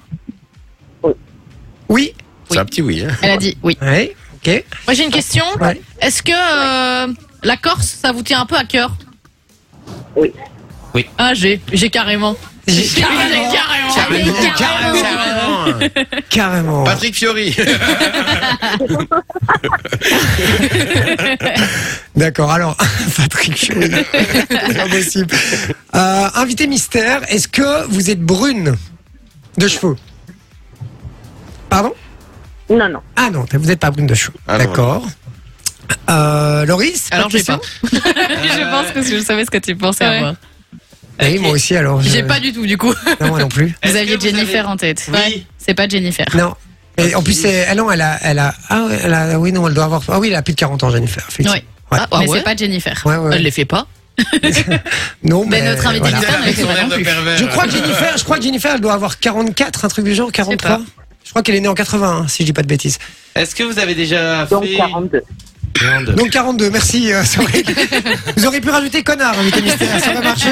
Oui.
Oui.
C'est un petit oui. Hein.
Elle a dit oui.
Ouais. Ok.
Moi j'ai une question.
Ouais.
Est-ce que euh, la Corse, ça vous tient un peu à cœur
Oui.
Oui.
Ah, j'ai, j'ai carrément. J'ai
Carrément.
carrément.
Carrément.
J'ai carrément.
Carrément.
Patrick Fiori.
D'accord. Alors, Patrick Fiori. C'est impossible. Euh, invité mystère, est-ce que vous êtes brune de cheveux Pardon
Non, non.
Ah non, vous n'êtes pas brune de chou.
Ah non,
D'accord. Euh, Loris
Alors, je
j'ai
sais pas.
Je
Euh,
pense que je savais ce que tu pensais
Ouais.
avant.
Oui, Eh, moi aussi alors. je-
J'ai pas du tout, du coup.
Non, moi non plus.
Vous
Est-ce
aviez
que vous
Jennifer en tête.
Oui.
C'est pas Jennifer.
Non. Et en plus, c'est- ah non, elle a, elle a, ah ouais, elle a- oui, non, elle doit avoir, ah oui, elle a plus de 40 ans, Jennifer. effectivement.
Oui.
Ouais.
Ah, ah
mais
ouais.
c'est pas Jennifer.
Ouais, ouais, ouais.
Elle les fait pas.
Non,
Ben,
mais
notre invité
voilà.
mystère n'avait
Avec
fait
son
pas
air
non
de
plus.
pervers.
Je crois que Jennifer, je crois que Jennifer, elle doit avoir 44, un truc du genre, 43.
pas.
Je crois qu'elle est née en 81, si je dis pas de bêtises.
Est-ce que vous avez déjà
Donc
fait
42.
Merde.
Donc 42, merci, euh, Sorel. Vous auriez pu rajouter connard, invité mystère, ça va marcher.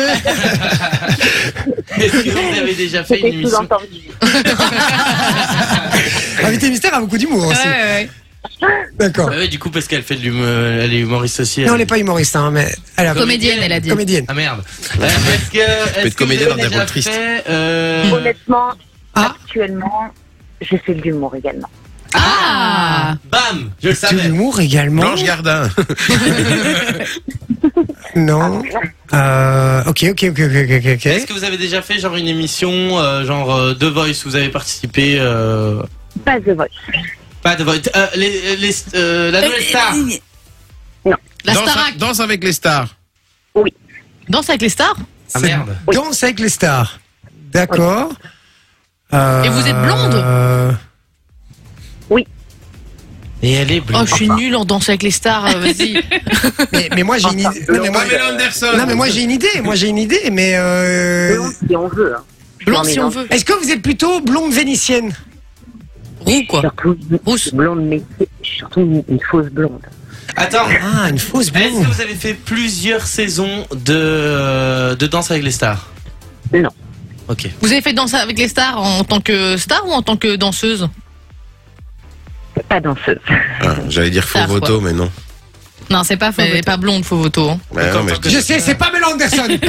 Est-ce que vous avez déjà fait une
C'était
émission
sous-entendu.
Invité mystère a beaucoup d'humour aussi. D'accord.
Bah ouais, du coup, parce qu'elle fait de l'humour, elle est humoriste aussi.
Non,
elle.
elle est pas humoriste, hein, mais elle a
Comédienne, elle a dit.
comédienne.
Ah merde. Euh, est-ce que, est-ce
être comédienne
que
dans
vous
des
avez
rôles
déjà
tristes.
fait, euh,
Honnêtement,
Ah.
actuellement, je fais de l'humour également.
Ah
Bam, je le
De
savais.
l'humour également.
Blanche Gardin.
Non. Euh, ok, ok, ok, ok, ok, ok.
Est-ce que vous avez déjà fait genre une émission euh, genre euh, The Voice où Vous avez participé euh,
Pas The Voice.
pas The Voice, euh, les, les, euh, la nouvelle star.
La
Danse-
Starac.
Danse avec les stars.
Danse avec les stars.
Ah merde.
Oui.
Danse avec les stars. D'accord. Euh,
Et vous êtes blonde
euh,
Et elle est bleue.
Oh, je suis
Ah.
nulle en danse avec les stars. euh, Vas-y.
mais, mais moi j'ai une idée. Non mais moi,
Pamela Anderson.
non, mais moi, j'ai une idée. Moi j'ai une idée. Mais euh,
Blonde, si on veut. Hein.
Blonde
Non, mais
si
non.
on veut.
est-ce que vous êtes plutôt blonde vénitienne
Roux quoi.
Surtout
Rousse.
blonde, mais surtout une, une fausse blonde.
Attends.
Ah, une fausse
Est-ce
blonde.
que vous avez fait plusieurs saisons euh, de de Danse avec les stars
Non.
Ok.
Vous avez fait danser avec les stars en tant que star ou en tant que danseuse
Pas danseuse.
Ah, J'allais dire faux
Star, quoi.
voto, mais non.
Non, c'est pas faux.
Mais pas blonde, faut voto. hein.
Ouais, non, mais je,
Je sais, c'est pas Mel Anderson.
dis-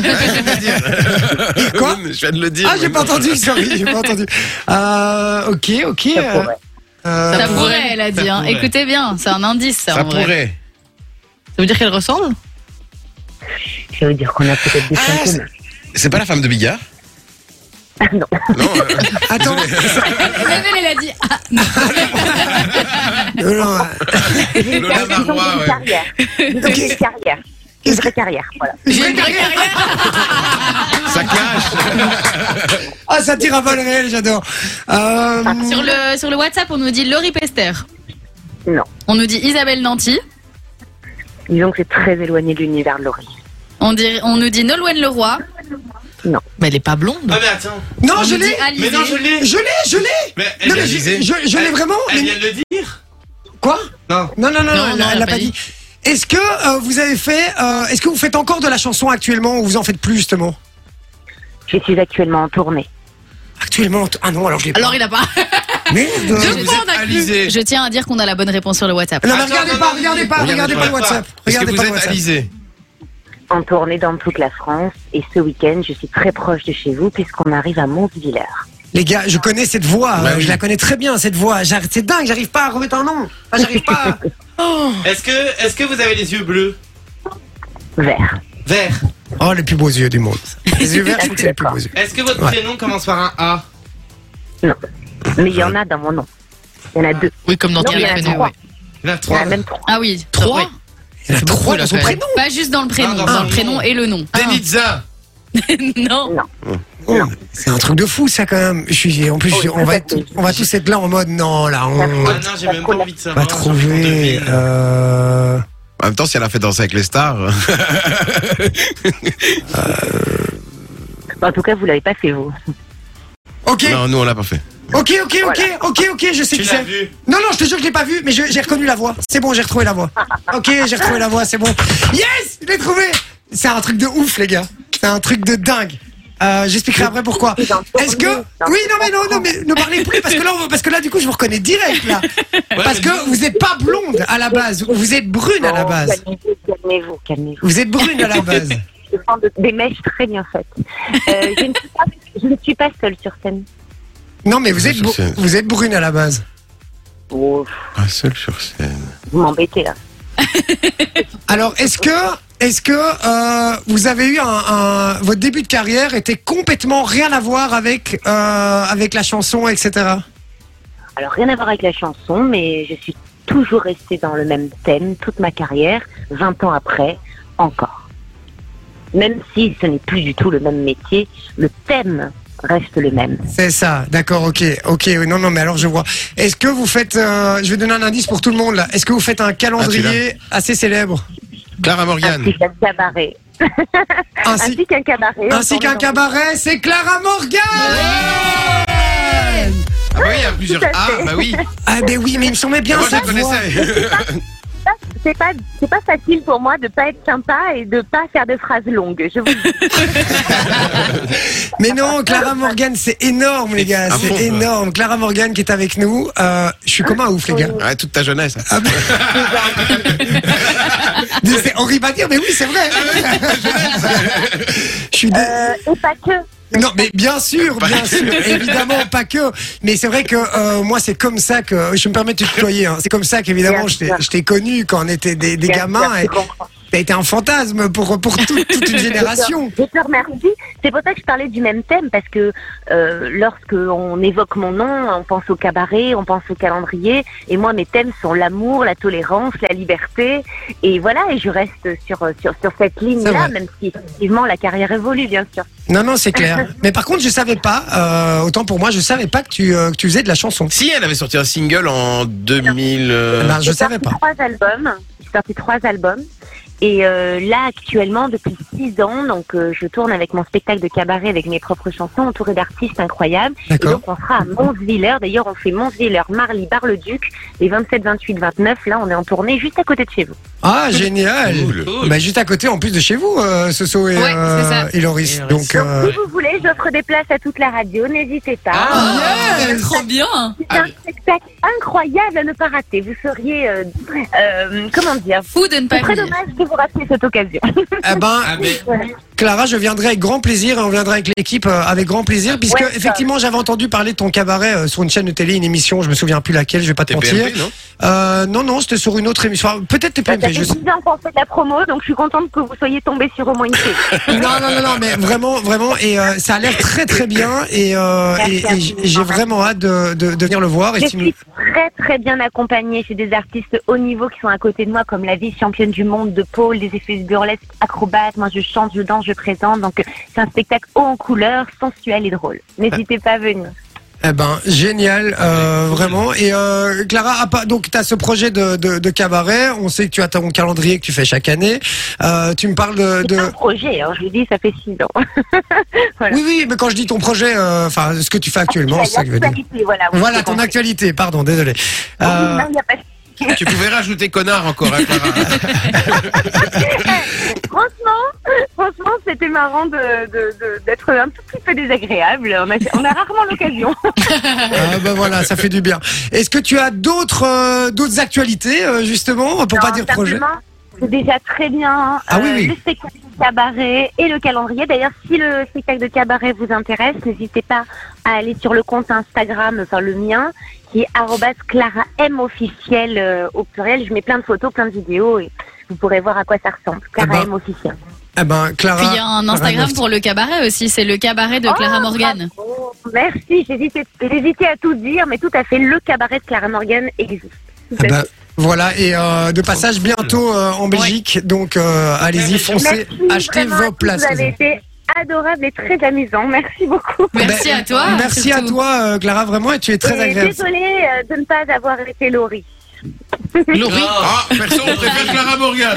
Quoi
je viens de le dire.
Ah, j'ai
mais
pas
non.
entendu. Sorry, j'ai pas entendu. Euh, ok, ok.
Ça
euh,
pourrait.
euh,
Ça pourrait, elle a dit. hein.
pourrait.
Écoutez bien, c'est un indice, ça,
Ça
en vrai.
pourrait.
Ça veut dire qu'elle ressemble
Ça veut dire qu'on a peut-être des
Ah,
points
c'est-
communs.
C'est pas la femme de Bigard
Ah, Non.
Non. euh,
Attends.
Isabelle, elle a dit. Ah,
Euh, non,
J'ai
Lola
une
Marois, ouais.
carrière. Ils ont une carrière. Une vraie carrière, voilà.
J'ai une carrière.
ça clash.
Ah, ça tire à balles réelles, j'adore. Euh,
Sur le, sur le WhatsApp, on nous dit Laurie Pester.
Non.
On nous dit Isabelle Nanty.
Disons que c'est très éloigné de l'univers de Laurie.
On, dit, on nous dit Nolwenn Leroy.
Mais elle est pas blonde.
Ah mais attends.
Non,
on
je
nous dit
l'ai.
Mais
Alizée.
non, je l'ai.
Je l'ai, je l'ai.
Mais
Non,
vient
mais
de
je,
le dire.
je- je l'ai vraiment.
Elle
mais-
vient de le dire.
Quoi
Non.
Non, non, non,
Non,
non, elle-
non,
elle l'a pas dit. Est-ce que euh, vous avez fait, euh, est-ce que vous faites encore de la chanson actuellement ou vous en faites plus justement
Je suis actuellement en tournée.
Actuellement, t- ah non, alors je l'ai pas.
Alors il a pas.
Merde.
Deux fois on a cru.
Alizé.
Je tiens à dire qu'on a la bonne réponse sur le WhatsApp.
Non, mais
Attends,
regardez
non,
pas,
non,
regardez
non,
pas,
non,
regardez
non,
pas le
non,
WhatsApp.
Est-ce que
Regardez
vous
pas le
êtes
WhatsApp.
Alizé
En tournée dans toute la France. Et ce week-end, je suis très proche de chez vous puisqu'on arrive à Montvillers.
Les gars, je connais cette voix,
Bah
euh,
oui.
je la connais très bien cette voix. J'arrête- C'est dingue, j'arrive pas à remettre un nom. Enfin, j'arrive pas. Oh.
Est-ce que est-ce que vous avez les yeux bleus
Vert.
Vert.
Oh, les plus beaux yeux du monde. Les yeux verts, je trouve que c'est les plus beaux yeux.
Est-ce que votre
Ouais.
prénom commence par un A
Non. Mais il y en a dans mon nom. Il y en a deux.
Oui, comme dans
Non,
tous
il y
les
en a
prénoms.
trois.
ouais.
Il y en a
Il y en
trois.
a même trois.
Ah oui,
Trois
oui.
Il y en a
C'est beaucoup,
trois
là,
dans son
quand même.
prénom.
Pas juste dans le prénom,
Ah,
dans,
dans
le
le
prénom
nom.
et le
Ah.
Ah.
nom.
Denitza.
non.
Non.
Oh, C'est un truc de fou, ça, quand même. Je suis, en plus, je suis- on, va être, on va tous être là en mode, non, là, on
Ah non, j'ai même pas envie de
va
savoir.
trouver. Euh...
En même temps, si elle a fait danser avec les stars. euh,
En tout cas, vous l'avez pas fait, vous.
Ok,
Non, nous, on l'a pas fait.
ok, ok, ok, ok, ok, je sais
Tu
qui
l'as
c'est.
vu
Non, non, je te jure que je l'ai pas vu, mais je- j'ai reconnu la voix. C'est bon, j'ai retrouvé la voix. Ok, j'ai retrouvé la voix, c'est bon. Yes, je l'ai trouvé. C'est un truc de ouf, les gars. C'est un truc de dingue. Euh, J'expliquerai après pourquoi. Est-ce que oui, non mais non, non mais ne parlez plus parce que là, on- parce que là, du coup, je vous reconnais direct là. Parce que vous êtes pas blonde à la base, vous êtes brune à la
Oh,
base.
Calmez-vous, calmez-vous, calmez-vous.
Vous êtes brune à la base.
Je prends de- des mèches très bien faites. Euh, je, ne suis pas, je ne suis pas seule sur scène.
Non mais vous êtes
Je
br-
sais.
vous êtes brune à la base.
Oh, pff,
Un seul sur scène.
vous m'embêtez là.
Alors, est-ce que, est-ce que euh, vous avez eu un, un- votre début de carrière était complètement rien à voir avec euh, avec la chanson, etc.
Alors rien à voir avec la chanson, mais je suis toujours restée dans le même thème toute ma carrière, 20 ans après, encore. Même si ce n'est plus du tout le même métier, le thème reste le même.
C'est ça, d'accord, ok, ok, oui, non, non, mais alors je vois. Est-ce que vous faites, euh, je vais donner un indice pour tout le monde là, est-ce que vous faites un calendrier assez célèbre
Clara Morgan.
Ainsi qu'un cabaret.
Ainsi-
Ainsi qu'un cabaret.
Ainsi Ah, qu'un cabaret, c'est Clara Morgan
Ah bah oui, il y a plusieurs.
Tout à
Ah
fait.
bah oui.
Ah ben oui, mais il me semblait bien
Moi je la
cette voix.
connaissais.
C'est pas, c'est pas facile pour moi de pas être sympa et de pas faire de phrases longues. Je vous le dis.
Mais non, Clara Morgan, c'est énorme les gars,
À fond,
c'est énorme. Clara Morgan qui est avec nous, euh, je suis comme un ouf les gars.
Ouais, toute ta jeunesse.
Mais C'est horrible à dire, mais oui, c'est vrai. je suis dé-
Euh, et pas que.
Non, mais bien sûr, bien sûr, évidemment, pas que. Mais c'est vrai que euh, moi, c'est comme ça que je me permets de te tutoyer. hein. C'est comme ça qu'évidemment,
Bien
je t'ai-
sûr.
je t'ai connu quand on était des, des
Bien
gamins.
sûr,
Et
je comprends.
t'as été un fantasme pour pour tout- toute une génération.
Je te remercie. C'est pour ça que je parlais du même thème, parce que euh, lorsque on évoque mon nom, on pense au cabaret, on pense au calendrier, et moi mes thèmes sont l'amour, la tolérance, la liberté, et voilà, et je reste sur sur, sur cette
C'est vrai.
ligne-là, même si effectivement la carrière évolue, bien sûr.
Non, non, c'est clair. Mais par contre, je savais pas. euh, autant pour moi, je savais pas que tu euh, que tu faisais de la chanson.
Si elle avait sorti un single en 2000. euh,
Ben, je
J'ai
savais
sorti
pas.
Trois albums. J'ai sorti trois albums. Et euh, là, actuellement, depuis six ans, donc euh, je tourne avec mon spectacle de cabaret, avec mes propres chansons, entourée d'artistes incroyables. Et
D'accord.
donc, on sera à Monsviller. D'ailleurs, on fait Monsviller, Marly, Bar-le-Duc, les 27, 28, 29. Là, on est en tournée juste à côté de chez vous.
Ah, génial.
Cool.
Bah, juste à côté, en plus de chez vous, euh, Soso et,
Ouais, c'est
euh,
ça.
et Loris.
Et Loris.
Donc,
Donc,
euh,
si vous voulez, j'offre des places à toute la radio. N'hésitez pas.
Ah,
Oh,
yes
Trop bien
C'est un spectacle incroyable à ne pas rater. Vous seriez, euh, euh, comment dire,
Fou de ne
c'est
pas
très
venir.
dommage que vous ratiez cette occasion.
eh ben,
Ah, mais
Clara, je viendrai avec grand plaisir et on viendra avec l'équipe euh, avec grand plaisir, puisque
Ouais, ça.
effectivement j'avais entendu parler de ton cabaret euh, sur une chaîne de télé, une émission, je me souviens plus laquelle, je vais pas te mentir.
TPMP, non
Euh, non, non, c'était sur une autre émission. Enfin, Peut-être
Ça
TPMP,
fait
je sais.
10 ans qu'on fait de la promo, donc je suis contente que vous soyez tombés sur au moins une chose.
Non, non, non, non, mais vraiment, vraiment, et euh, ça a l'air très très bien, et, euh,
Merci
et- et
à vous.
j- j'ai vraiment hâte de, de, de venir le voir. Et
Je
tu nous-
suis très très bien accompagnée. J'ai des artistes haut niveau qui sont à côté de moi, comme la vice-championne du monde de Paul, des effets burlesques, acrobates. Moi, je chante, je danse, je présente. Donc, euh, c'est un spectacle haut en couleur, sensuel et drôle. N'hésitez pas à venir.
Eh ben, génial, euh, vraiment. Et euh, Clara, à part- donc tu as ce projet de, de, de cabaret, on sait que tu as ton calendrier que tu fais chaque année, Euh, tu me parles de...
C'est
de...
un projet, hein, je vous dis, ça fait six ans. Voilà.
Oui, oui, mais quand je dis ton projet, euh, enfin, ce que tu fais actuellement, c'est ça que je veux dire.
Actualité, voilà. oui,
Voilà
c'est
ton
compris.
actualité, pardon, désolé.
Oui,
Euh,
non, il y a pas-
Tu pouvais rajouter connard encore, hein, Clara.
Franchement, franchement, c'était marrant de- de- de- d'être un tout petit peu désagréable. On a, on a rarement l'occasion.
ah, bah voilà, ça fait du bien. Est-ce que tu as d'autres euh, d'autres actualités euh, justement pour
Non,
pas dire projet
simplement, C'est déjà très bien. euh,
Ah oui, oui.
Le spectacle de cabaret et le calendrier. D'ailleurs, si le spectacle de cabaret vous intéresse, n'hésitez pas à aller sur le compte Instagram, enfin le mien, qui est arrobas Clara M officiel euh, au pluriel. Je mets plein de photos, plein de vidéos et vous pourrez voir à quoi ça ressemble. Clara
Ah bah,
M officiel.
Eh ben Clara.
Puis il y a un Instagram
Ragoft.
pour le cabaret aussi, c'est le cabaret
Ah,
de Clara Morgan.
bravo. merci. J'hésitais j'hésitais à tout dire, mais tout à fait. Le cabaret de Clara Morgan existe. Tout à
Eh ben,
fait.
voilà et euh, de passage bientôt euh, en Belgique, donc euh, allez-y, foncez,
Merci,
achetez
vraiment,
vos
tous,
places.
Vous avez
les
été adorable et très amusant. Merci beaucoup.
Merci
Ben,
à toi.
amis. Merci à
surtout.
toi euh, Clara, vraiment et tu es très
Et
agréable.
Désolée euh, de ne pas avoir été Laurie.
Laurie.
Ah, perso, on préfère Clara Morgan.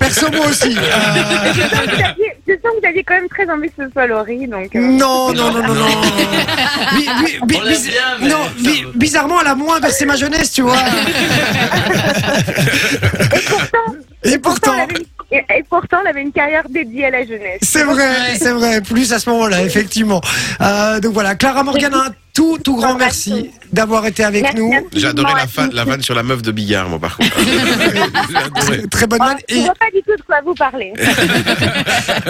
Perso moi aussi. euh,
Je sens que vous aviez- je sens que vous aviez quand même très envie que ce soit Laurie, donc. euh,
Non, non, non, non, non. Bi- bi- bi-
On l'aime
biz-
bien, mais-
Non, bi- bizarrement, elle a moins versé ma jeunesse, tu vois. Et pourtant.
elle avait une- et, et pourtant, elle avait une carrière dédiée à la jeunesse.
C'est vrai, c'est vrai. Plus à ce moment-là, effectivement. Euh, donc voilà, Clara Morgan, un tout, tout grand merci d'avoir été avec nous.
J'adorais la, fa- la vanne sur la meuf de Bigard, moi, par contre. J'ai adoré.
Très bonne
Ah,
man.
Je ne
Et,
vois pas du tout de quoi vous parler.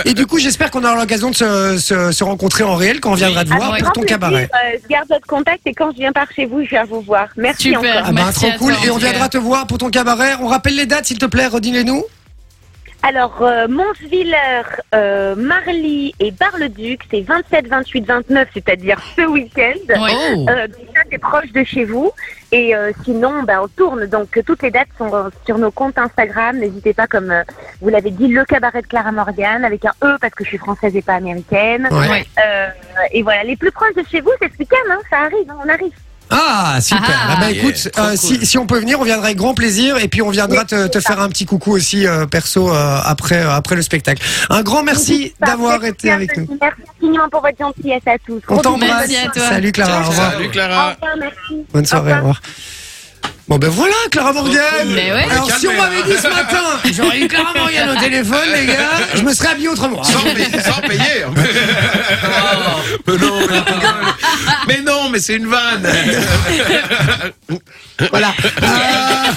et du coup, j'espère qu'on aura l'occasion de se, se- se rencontrer en réel quand on viendra te
Ah,
voir
ouais.
pour ton cabaret.
euh, je garde votre contact et quand je viens par chez vous, je viens vous voir. Merci
Super.
encore.
Ah ben,
Merci
trop
à toi,
cool.
en
Et on
tout cas.
viendra te voir pour ton cabaret. On rappelle les dates, s'il te plaît, redis-les-nous.
Alors, euh, Monsvillers, euh, Marly et Bar-le-Duc, c'est 27, 28, 29, c'est-à-dire ce week-end.
Ouais. Oh.
Euh, donc ça, c'est proche de chez vous. Et euh, sinon, ben, on tourne. Donc, euh, toutes les dates sont euh, sur nos comptes Instagram. N'hésitez pas, comme euh, vous l'avez dit, le cabaret de Clara Morgan, avec un E parce que je suis française et pas américaine.
Ouais.
Euh, et voilà, les plus proches de chez vous, c'est ce week-end. Hein, ça arrive, hein, on arrive.
Ah, super.
Ah.
Ah bah,
Yeah,
écoute,
trop
euh, si, si on peut venir, on viendra avec grand plaisir et puis on viendra te, te faire un petit coucou aussi euh, perso euh, après, euh, après le spectacle. Un grand merci d'avoir été avec nous.
Merci infiniment pour votre gentillesse à tous.
On t'embrasse. Salut Clara, au revoir.
Clara. Au revoir, merci.
Bonne soirée, au revoir. Bon ben voilà, Clara Morgan.
Mais ouais.
Alors si on
Calmez,
m'avait dit ce
hein.
matin, j'aurais eu Clara Morgan au téléphone, les gars, je me serais habillé autrement.
Ah.
Sans payer. mais non, mais, mais non, mais c'est une vanne.
voilà. Euh,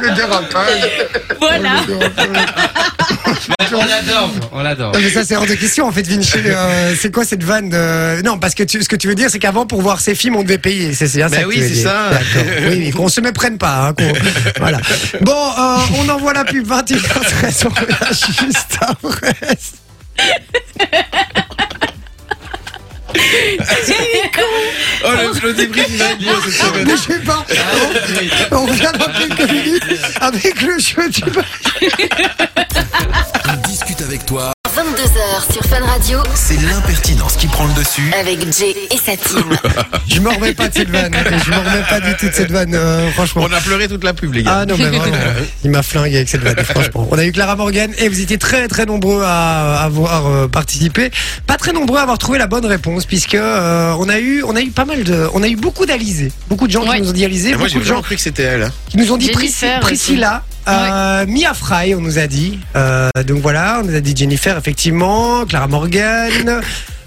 le dérapage.
Voilà.
on l'adore, on l'adore.
Non, mais ça c'est hors de question en fait Vinci euh, c'est quoi cette vanne de... non parce que tu- ce que tu veux dire c'est qu'avant pour voir ces films on devait payer c'est c'est bien
Mais
ça que
Bah oui,
tu veux
c'est
dire.
ça.
D'accord. oui mais qu'on se méprenne pas hein, qu'on- voilà bon euh, on envoie la pub 21h13 on revient juste après
Oh, le, le débrief il va être beau cette semaine.
Bougez pas. On revient dans quelques minutes avec le jeu du
On discute avec toi.
22h sur Fun Radio
C'est l'impertinence qui prend le dessus.
Ah,
avec Jay et sa team.
je m'en remets pas de cette vanne je m'en remets pas du tout de cette vanne euh, franchement
On a pleuré toute la pub, les gars.
Ah non, mais vraiment, il m'a flingué avec cette blague, franchement. On a eu Clara Morgan et vous étiez très très nombreux à avoir euh, participé. Pas très nombreux à avoir trouvé la bonne réponse, puisque euh, on, a eu, on a eu pas mal de. On a eu beaucoup d'Alizé. Beaucoup de gens qui nous ont dit Alizé,
Moi, j'ai
beaucoup de gens
vraiment cru que c'était elle. hein.
qui nous ont dit
Jennifer
Prisci- Priscilla. Euh, Mia Fry, on nous a dit. Euh, donc voilà, on nous a dit Jennifer, effectivement, Clara Morgan.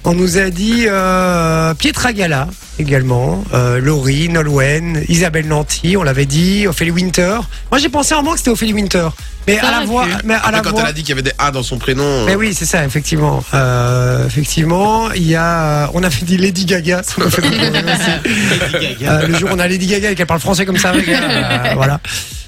On nous a dit euh, Pietra Gala également, euh, Laurie, Nolwenn, Isabelle Nanty, on l'avait dit, Ophélie Winter. Moi j'ai pensé en moment que c'était Ophélie Winter, mais
Ça
à la
aurait
voix,
pu.
Ah, mais à la
Après, quand
voix.
elle a dit qu'il y avait des A dans son prénom.
Mais oui, c'est ça, effectivement. Euh, effectivement, il y a, euh, on avait dit Lady Gaga. ça m'a fait beaucoup rire aussi. Euh, le jour où on a Lady Gaga et qu'elle parle français comme ça, les gars, euh, voilà.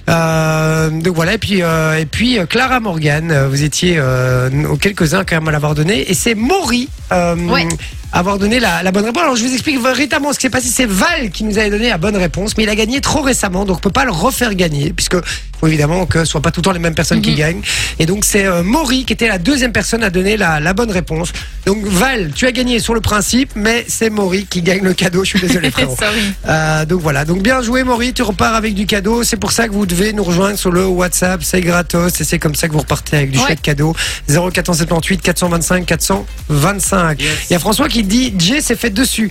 Euh, donc voilà et puis euh, et puis euh, Clara Morgan, euh, vous étiez euh, quelques uns quand même à l'avoir donné et c'est Maury euh,
Ouais.
avoir donné la, la bonne réponse. Alors je vous explique véritablement ce qui s'est passé. C'est Val qui nous avait donné la bonne réponse, mais il a gagné trop récemment, donc on peut pas le refaire gagner, puisque faut évidemment que ce soit pas tout le temps les mêmes personnes qui gagnent. Et donc c'est euh, Maury qui était la deuxième personne à donner la, la bonne réponse. Donc Val, tu as gagné sur le principe, mais c'est Maury qui gagne le cadeau. Je suis désolé frérot.
Sorry.
Euh, donc voilà, donc bien joué Maury, tu repars avec du cadeau, c'est pour ça que vous devez nous rejoindre sur le WhatsApp, c'est gratos et c'est comme ça que vous repartez avec du
Ouais.
chouette cadeau 0478 425 425.
Yes.
Il y a François qui dit Jay s'est fait dessus.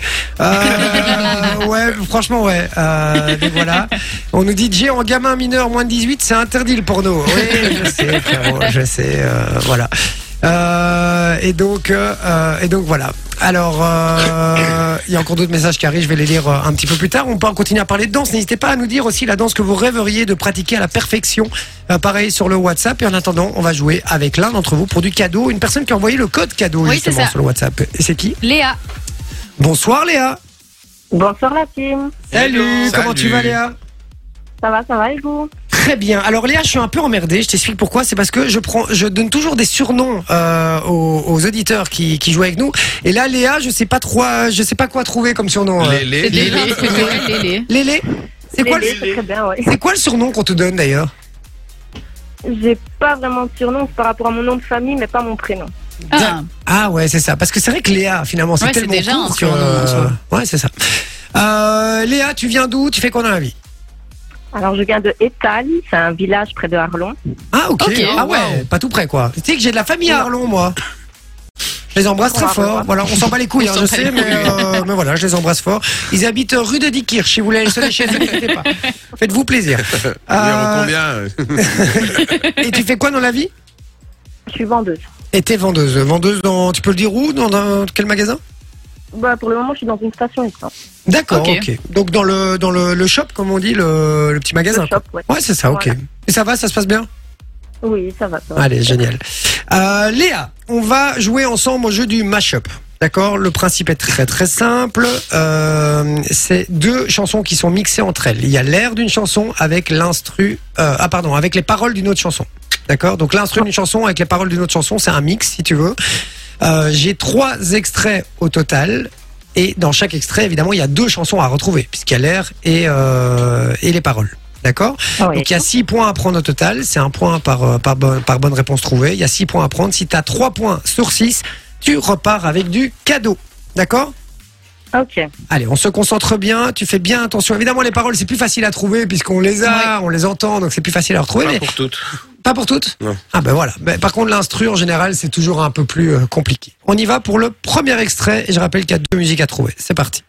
Euh, ouais, franchement ouais. Euh, donc voilà, on nous dit Jay en gamin mineur moins de 18, c'est interdit le porno. Oui, je sais, frérot, je sais, euh, voilà. Euh, et donc, euh, euh, et donc voilà. Alors, euh, il y a encore d'autres messages qui arrivent. Je vais les lire euh, un petit peu plus tard. On peut en continuer à parler de danse. N'hésitez pas à nous dire aussi la danse que vous rêveriez de pratiquer à la perfection. Euh, pareil sur le WhatsApp. Et en attendant, on va jouer avec l'un d'entre vous pour du cadeau. Une personne qui a envoyé le code cadeau
Oui, c'est
justement
ça.
sur le WhatsApp. Et c'est qui
Léa.
Bonsoir Léa.
Bonsoir la team.
Salut. Comment
Salut.
tu vas Léa
Ça va, ça va et vous
Très bien. Alors Léa, je suis un peu emmerdé. Je t'explique pourquoi. C'est parce que je prends, je donne toujours des surnoms euh, aux, aux auditeurs qui, qui jouent avec nous. Et là, Léa, je sais pas trop, euh, je sais pas quoi trouver comme surnom. euh.
Les, les,
C'est
les,
déjà un truc, ouais, Lélé.
Lélé. C'est quoi, le-
Lélé, c'est très bien, ouais.
c'est quoi le surnom qu'on te donne d'ailleurs
J'ai pas vraiment de surnom, c'est par rapport à mon nom de famille, mais pas mon prénom.
Ah,
Ah ouais, c'est ça. Parce que c'est vrai que Léa, finalement, c'est
Ouais, c'est
tellement
déjà
court
un
que,
surnom, en soi.
ouais, c'est ça. Euh, Léa, tu viens d'où Tu fais quoi dans la vie
Alors, je viens de Étali, c'est un village près de Arlon.
Ah ok.
Ok,
ah ouais,
wow.
pas tout près quoi. Tu sais que j'ai de la famille à Arlon moi. Je les embrasse très fort. Voilà, on s'en bat les couilles, hein, je sais, mais, euh, mais voilà, je les embrasse fort. Ils habitent rue de Dikirch. Si vous voulez aller sonner chez eux, n'hésitez pas. Faites-vous plaisir. Euh,
Combien
et tu fais quoi dans la vie
Je suis vendeuse.
Et t'es vendeuse. Vendeuse dans, tu peux le dire où Dans un- quel magasin
Bah, pour le moment, je suis dans une station essence.
D'accord,
Ok.
ok. Donc dans le dans le, le shop, comme on dit, le, le petit magasin.
Le shop, ouais.
Ouais, c'est ça, ok.
Voilà.
Et ça va, ça se passe bien
Oui, ça va. Ça va.
Allez, génial. Euh, Léa, on va jouer ensemble au jeu du mashup. D'accord Le principe est très très simple. Euh, c'est deux chansons qui sont mixées entre elles. Il y a l'air d'une chanson avec l'instru, euh, ah pardon, avec les paroles d'une autre chanson. D'accord Donc l'instru d'une chanson avec les paroles d'une autre chanson, c'est un mix si tu veux. Euh, J'ai trois extraits au total. Et dans chaque extrait, évidemment, il y a deux chansons à retrouver, puisqu'il y a l'air et, euh, et les paroles. D'accord Donc il y a 6 points à prendre au total. C'est un point par, euh, par, bonne, par bonne réponse trouvée. Il y a 6 points à prendre. Si tu as 3 points sur 6, tu repars avec du cadeau. D'accord
Ok.
Allez, on se concentre bien, tu fais bien attention. Évidemment, les paroles, c'est plus facile à trouver puisqu'on les a, on les entend, donc c'est plus facile à retrouver. mais-
pour toutes.
Pas pour toutes
Non.
Ah ben voilà. Mais par contre, l'instru, en général, c'est toujours un peu plus euh, compliqué. On y va pour le premier extrait et je rappelle qu'il y a deux musiques à trouver. C'est parti.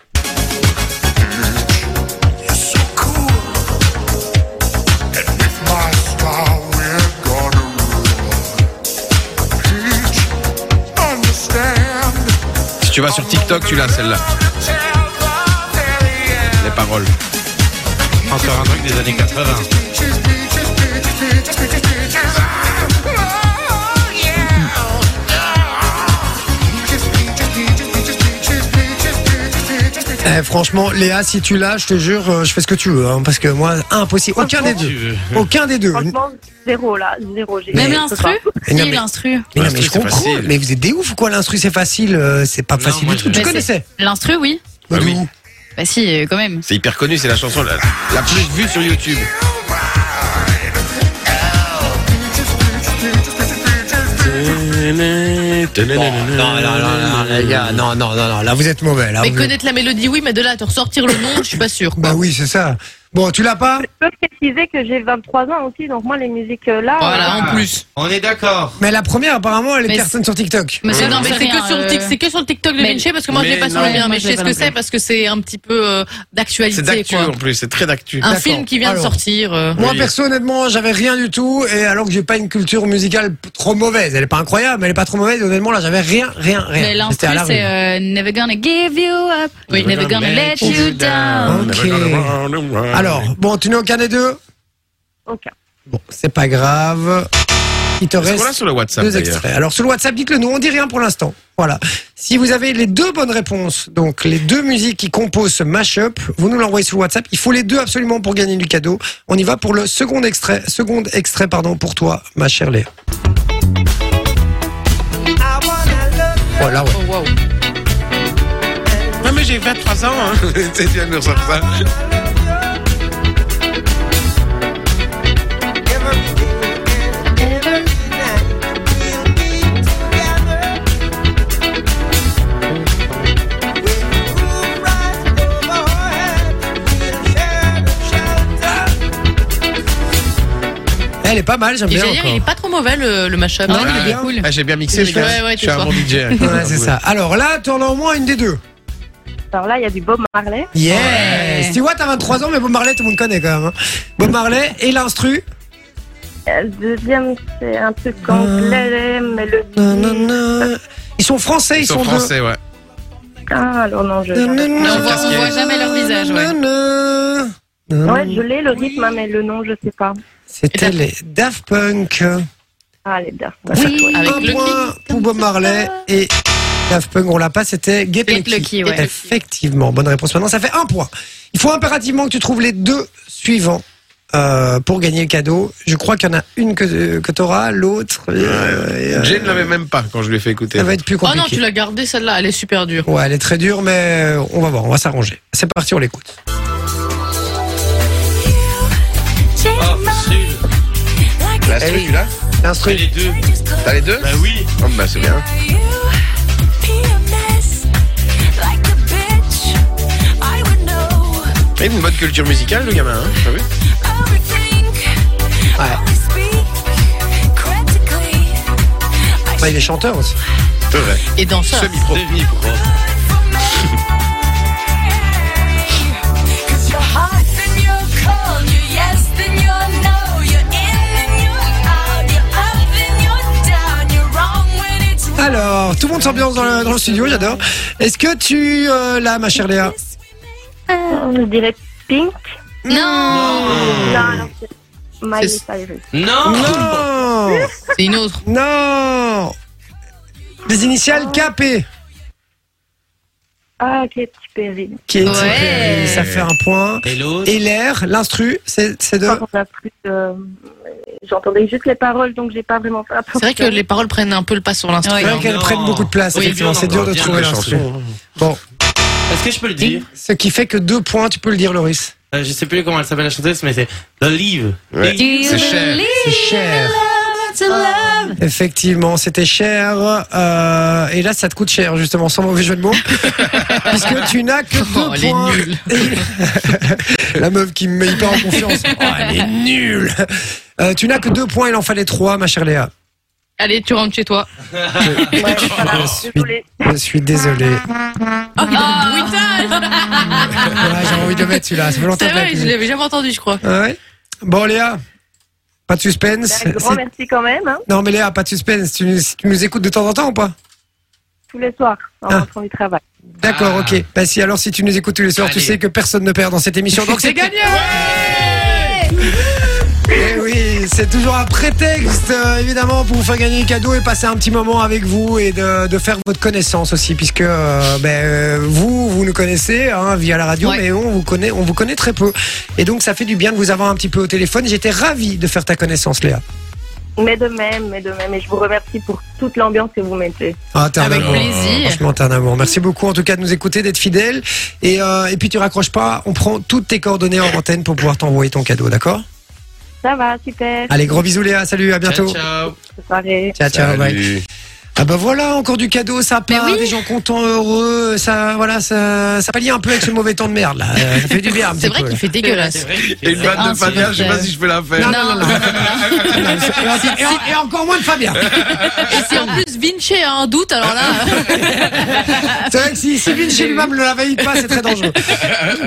Si tu vas sur TikTok, tu l'as celle-là. Les paroles.
Encore un truc des années 80.
Eh, franchement, Léa, si tu l'as, je te jure, euh, je fais ce que tu veux, hein, parce que moi, impossible. Aucun des deux. Aucun des deux.
Franchement, zéro là, zéro. j'ai-
Même
je peux
l'instru
pas.
Mais non,
Si,
mais-
l'instru.
Mais, non, mais
L'instru,
je
c'est
comprends.
facile.
Mais vous êtes des ouf ou quoi L'instru, c'est facile. euh, c'est pas facile
moi,
du tout.
je-
Tu
Bah,
connaissais
c'est- L'instru, oui.
Ah
Bah oui.
Bah si, euh, quand même.
C'est hyper connu, c'est la chanson la, la plus vue sur YouTube.
Non, non, non, non, les gars, non, non, non, non.
Là, vous êtes mauvais. Là,
Mais
Ah, vous êtes-
connaître la mélodie, oui, mais de là à te ressortir le nom, je suis pas sûre.
Bah oui, c'est ça. Bon, tu l'as pas
Je peux préciser que j'ai 23 ans aussi, donc moi les musiques euh, là.
Voilà, en plus.
On est d'accord.
Mais la première, apparemment, elle est
Mais
cartonne sur TikTok.
Monsieur,
Non,
non, euh,
mais c'est que, sur Tik- c'est que sur le TikTok de
Mais-
Vinci parce que moi je l'ai
Mais
pas sur
non.
le mien,
Moi,
mais
je
je
l'ai
sais ce
pas
que
non plus.
c'est parce que c'est un petit peu euh,
C'est
d'actualité.
d'actu
quoi.
en plus, c'est très
Un
d'actu.
D'accord.
film qui vient de
Alors.
sortir. euh.
Moi,
Oui.
perso, honnêtement, j'avais rien du tout. Et alors que j'ai pas une culture musicale p- trop mauvaise, elle est pas incroyable, mais elle est pas trop mauvaise. Honnêtement, là, j'avais rien, rien,
Mais
rien.
l'instru,
rue.
c'est euh, Never gonna give you up.
Oui.
Never gonna let you down.
Ok.
euh,
Alors, bon, tu n'as aucun des deux
Aucun.
Bon, c'est pas grave. Il te
Est-ce qu'on l'a
reste
sur le WhatsApp
deux
d'ailleurs
extraits. Alors, sur le WhatsApp, dites-le nous, on dit rien pour l'instant. Voilà. Si vous avez les deux bonnes réponses, donc les deux musiques qui composent ce mash-up, vous nous l'envoyez sur le WhatsApp. Il faut les deux absolument pour gagner du cadeau. On y va pour le second extrait, second extrait, pardon, pour toi, ma chère Léa. Voilà, ouais.
Oh, wow.
Non mais j'ai 23 ans. Hein. tu viens de nous ressortir ça.
Elle est pas mal, j'aime
Et
bien.
j'allais dire,
encore.
il est pas trop mauvais le, le mashup. hein.
Non,
Ah,
il est bien. cool.
Ah, j'ai bien mixé
Ouais,
les gars.
ouais,
je
tu
suis un
vois.
bon DJ.
Ouais, c'est ça. Alors là, tu en as au moins une des deux.
Alors là, il y a du Bob Marley.
Yes.
Ouais.
Tu vois, t'as 23 ans, mais Bob Marley, tout le monde connaît quand même. hein. Bob Marley et l'instru.
Euh, Deuxième, c'est un truc anglais, mais le.
Ah.
Nanana. Ils sont français, ils,
Ils sont
deux.
français, ouais.
Ah, alors non, je.
Nanana.
Non, on voit-
on voit
jamais leur visage, ouais.
Nanana.
Ah.
Nanana.
Ouais, je l'ai le rythme, hein, mais le nom, je sais pas.
C'était les Daft Punk.
Ah, les dards.
Oui,
Avec
Un
le
point pour Bob Marley et Daft Punk, on l'a pas, c'était Get,
Get
Lucky.
Lucky, ouais.
Effectivement, bonne réponse. Maintenant, ça fait un point. Il faut impérativement que tu trouves les deux suivants. euh, pour gagner le cadeau, je crois qu'il y en a une que, que t'auras, l'autre. euh, et, euh, Ah, bah,
Jay ne l'avait même pas quand je lui ai fait écouter.
ça va être plus
Oh
compliqué.
non, tu l'as gardée celle-là, elle est super dure.
Ouais, elle est très dure, mais euh, on va voir, on va s'arranger. C'est parti, on l'écoute.
Oh,
Ah.
facile.
La celui-là
Mais
L'instru.
les deux.
T'as les deux
Bah oui.
Oh, Bah c'est bien. Il a une bonne culture musicale, le gamin. Hein T'as vu
Bah, il est chanteur aussi.
C'est vrai.
Et dans ça,
Semi-pro.
Demi-pro.
Alors, tout le monde s'ambiance dans le, dans le studio, j'adore. Est-ce que tu euh, là, ma chère Léa
On dirait Pink.
Non
Non, non, c'est Miley
C'est-
Cyrus.
Non.
Non
c'est une autre.
Non Les initiales KP.
Ah, Katy Perry.
Qui est et ça fait un point.
Et l'autre
l'air, l'instru, c'est c'est
Ah
de.
Par contre, la flûte, euh, J'entendais juste les paroles, donc j'ai pas vraiment fait
C'est vrai que les paroles prennent un peu le pas sur l'instru.
C'est vrai qu'elles prennent beaucoup de place,
Oui,
effectivement.
bien
C'est dur de
entendu.
trouver
Bien
l'instru.
chanson.
Bon,
Est-ce que je peux le dire
ce qui fait que deux points, tu peux le dire, Loris.
Euh, Je sais plus comment elle s'appelle la chanteuse, mais c'est The Leave.
C'est cher. C'est cher.
Euh,
Effectivement, c'était cher. euh, et là, ça te coûte cher, justement, sans mauvais jeu de mots. puisque tu n'as que deux
Oh, elle est
points.
nulle.
La meuf qui me met pas en confiance. Oh, elle est nulle. Euh, tu n'as que deux points, il en fallait trois, ma chère Léa.
Allez, tu rentres chez toi.
Je suis, je suis désolé.
Ah,
Oh, putain
Voilà, J'ai envie de le mettre celui-là. Ça fait longtemps
C'est
que
vrai,
je
je
l'ai
l'avais jamais entendu, je crois.
plus. Ah ouais Bon, Léa, pas de suspense.
Un grand
C'est-
merci quand même, hein,
Non, mais Léa, pas de suspense. Tu, nous- tu nous écoutes de temps en temps ou pas
tous les soirs, en
Ah.
rentrant du travail.
D'accord,
Ah.
ok. Bah si, alors si tu nous écoutes tous les soirs, tu
Allez.
sais que personne ne perd dans cette émission, donc c'est gagné Eh oui, c'est toujours un prétexte, euh, évidemment, pour vous faire gagner des cadeaux et passer un petit moment avec vous et de, de faire votre connaissance aussi, puisque euh, ben, euh, vous, vous nous connaissez hein, via la radio,
Ouais.
mais on vous, connaît, on vous connaît très peu. Et donc, ça fait du bien de vous avoir un petit peu au téléphone. J'étais ravi de faire ta connaissance, Léa.
Mais de même, mais de même. Et je vous remercie pour toute l'ambiance que vous mettez.
Ah, t'es un
Avec
amour.
plaisir.
Franchement, t'es un amour. Merci beaucoup en tout cas de nous écouter, d'être fidèle. Et, euh, et puis tu raccroches pas, on prend toutes tes coordonnées en antenne pour pouvoir t'envoyer ton cadeau, d'accord
Ça va, super.
Allez, gros bisous Léa, salut, à bientôt.
Ciao, ciao.
Bonne soirée.
Ciao, ciao, bye.
Salut.
Ah bah voilà, encore du cadeau, ça part,
Mais oui.
des gens contents, heureux, ça voilà, ça, ça pallie un peu avec ce mauvais temps de merde là. Euh, Ça fait du bien un
C'est
petit
vrai
peu.
qu'il fait
C'est
dégueulasse.
vrai qu'il fait
Et une
ça.
vanne de Fabien, je sais pas si je peux la faire.
Non, non, non, non. Non, c'est- et en- et en- et encore moins de Fabien.
Et si en plus Vinci
hein,
a un doute, alors là.
C'est vrai que si, si Vinci lui-même ne la valide pas, c'est très dangereux.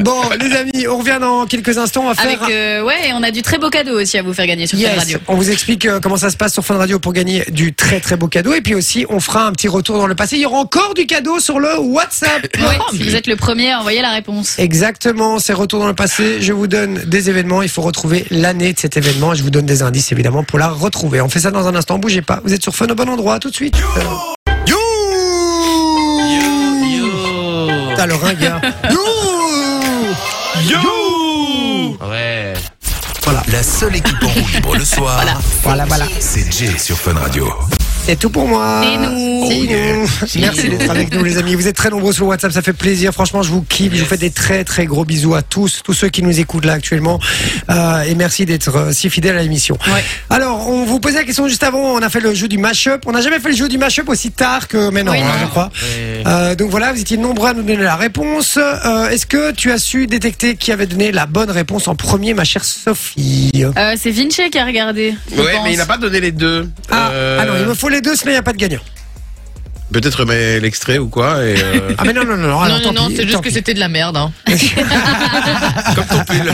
Bon, les amis, on revient dans quelques instants, on va faire
Avec, euh, ouais, et on a du très beau cadeau aussi à vous faire gagner sur cette
Yes.
radio.
On vous explique euh, comment ça se passe sur Fun Radio pour gagner du très très beau cadeau. Et puis aussi, on fera un petit retour dans le passé. Il y aura encore du cadeau sur le WhatsApp. Oh,
Ouais, si vous êtes le premier à envoyer la réponse.
Exactement, c'est retour dans le passé. Je vous donne des événements. Il faut retrouver l'année de cet événement. Je vous donne des indices évidemment pour la retrouver. On fait ça dans un instant. Bougez pas. Vous êtes sur Fun au bon endroit. À Tout de suite. Euh, You
Yo.
Putain, le ringard. You
Yo. Ouais.
La seule équipe en roue libre le soir,
Voilà, voilà.
c'est Jay sur Fun Radio.
C'est tout pour moi.
C'est nous.
C'est nous. Merci d'être avec nous, les amis. Vous êtes très nombreux sur WhatsApp, ça fait plaisir. Franchement, je vous kiffe. Je vous fais des très, très gros bisous à tous, tous ceux qui nous écoutent là actuellement. Euh, et merci d'être euh, si fidèles à l'émission. Alors, on vous posait la question juste avant. On a fait le jeu du mashup. On n'a jamais fait le jeu du mashup aussi tard que maintenant,
Oui,
hein,
non.
je crois.
Ouais.
Euh, donc voilà, vous étiez nombreux à nous donner la réponse. Euh, Est-ce que tu as su détecter qui avait donné la bonne réponse en premier, ma chère Sophie
Euh, c'est Vinci qui a regardé. je
Ouais,
pense.
mais il n'a pas donné les deux.
ah,
Euh,
alors il me faut les deux, sinon il n'y a pas de gagnant.
Peut-être remets l'extrait ou quoi. Et, euh,
Ah mais non, non, non, non, alors,
Non, non,
tant
non,
pis,
c'est
tant
juste que
pis.
c'était de la merde. hein.
comme ton pull.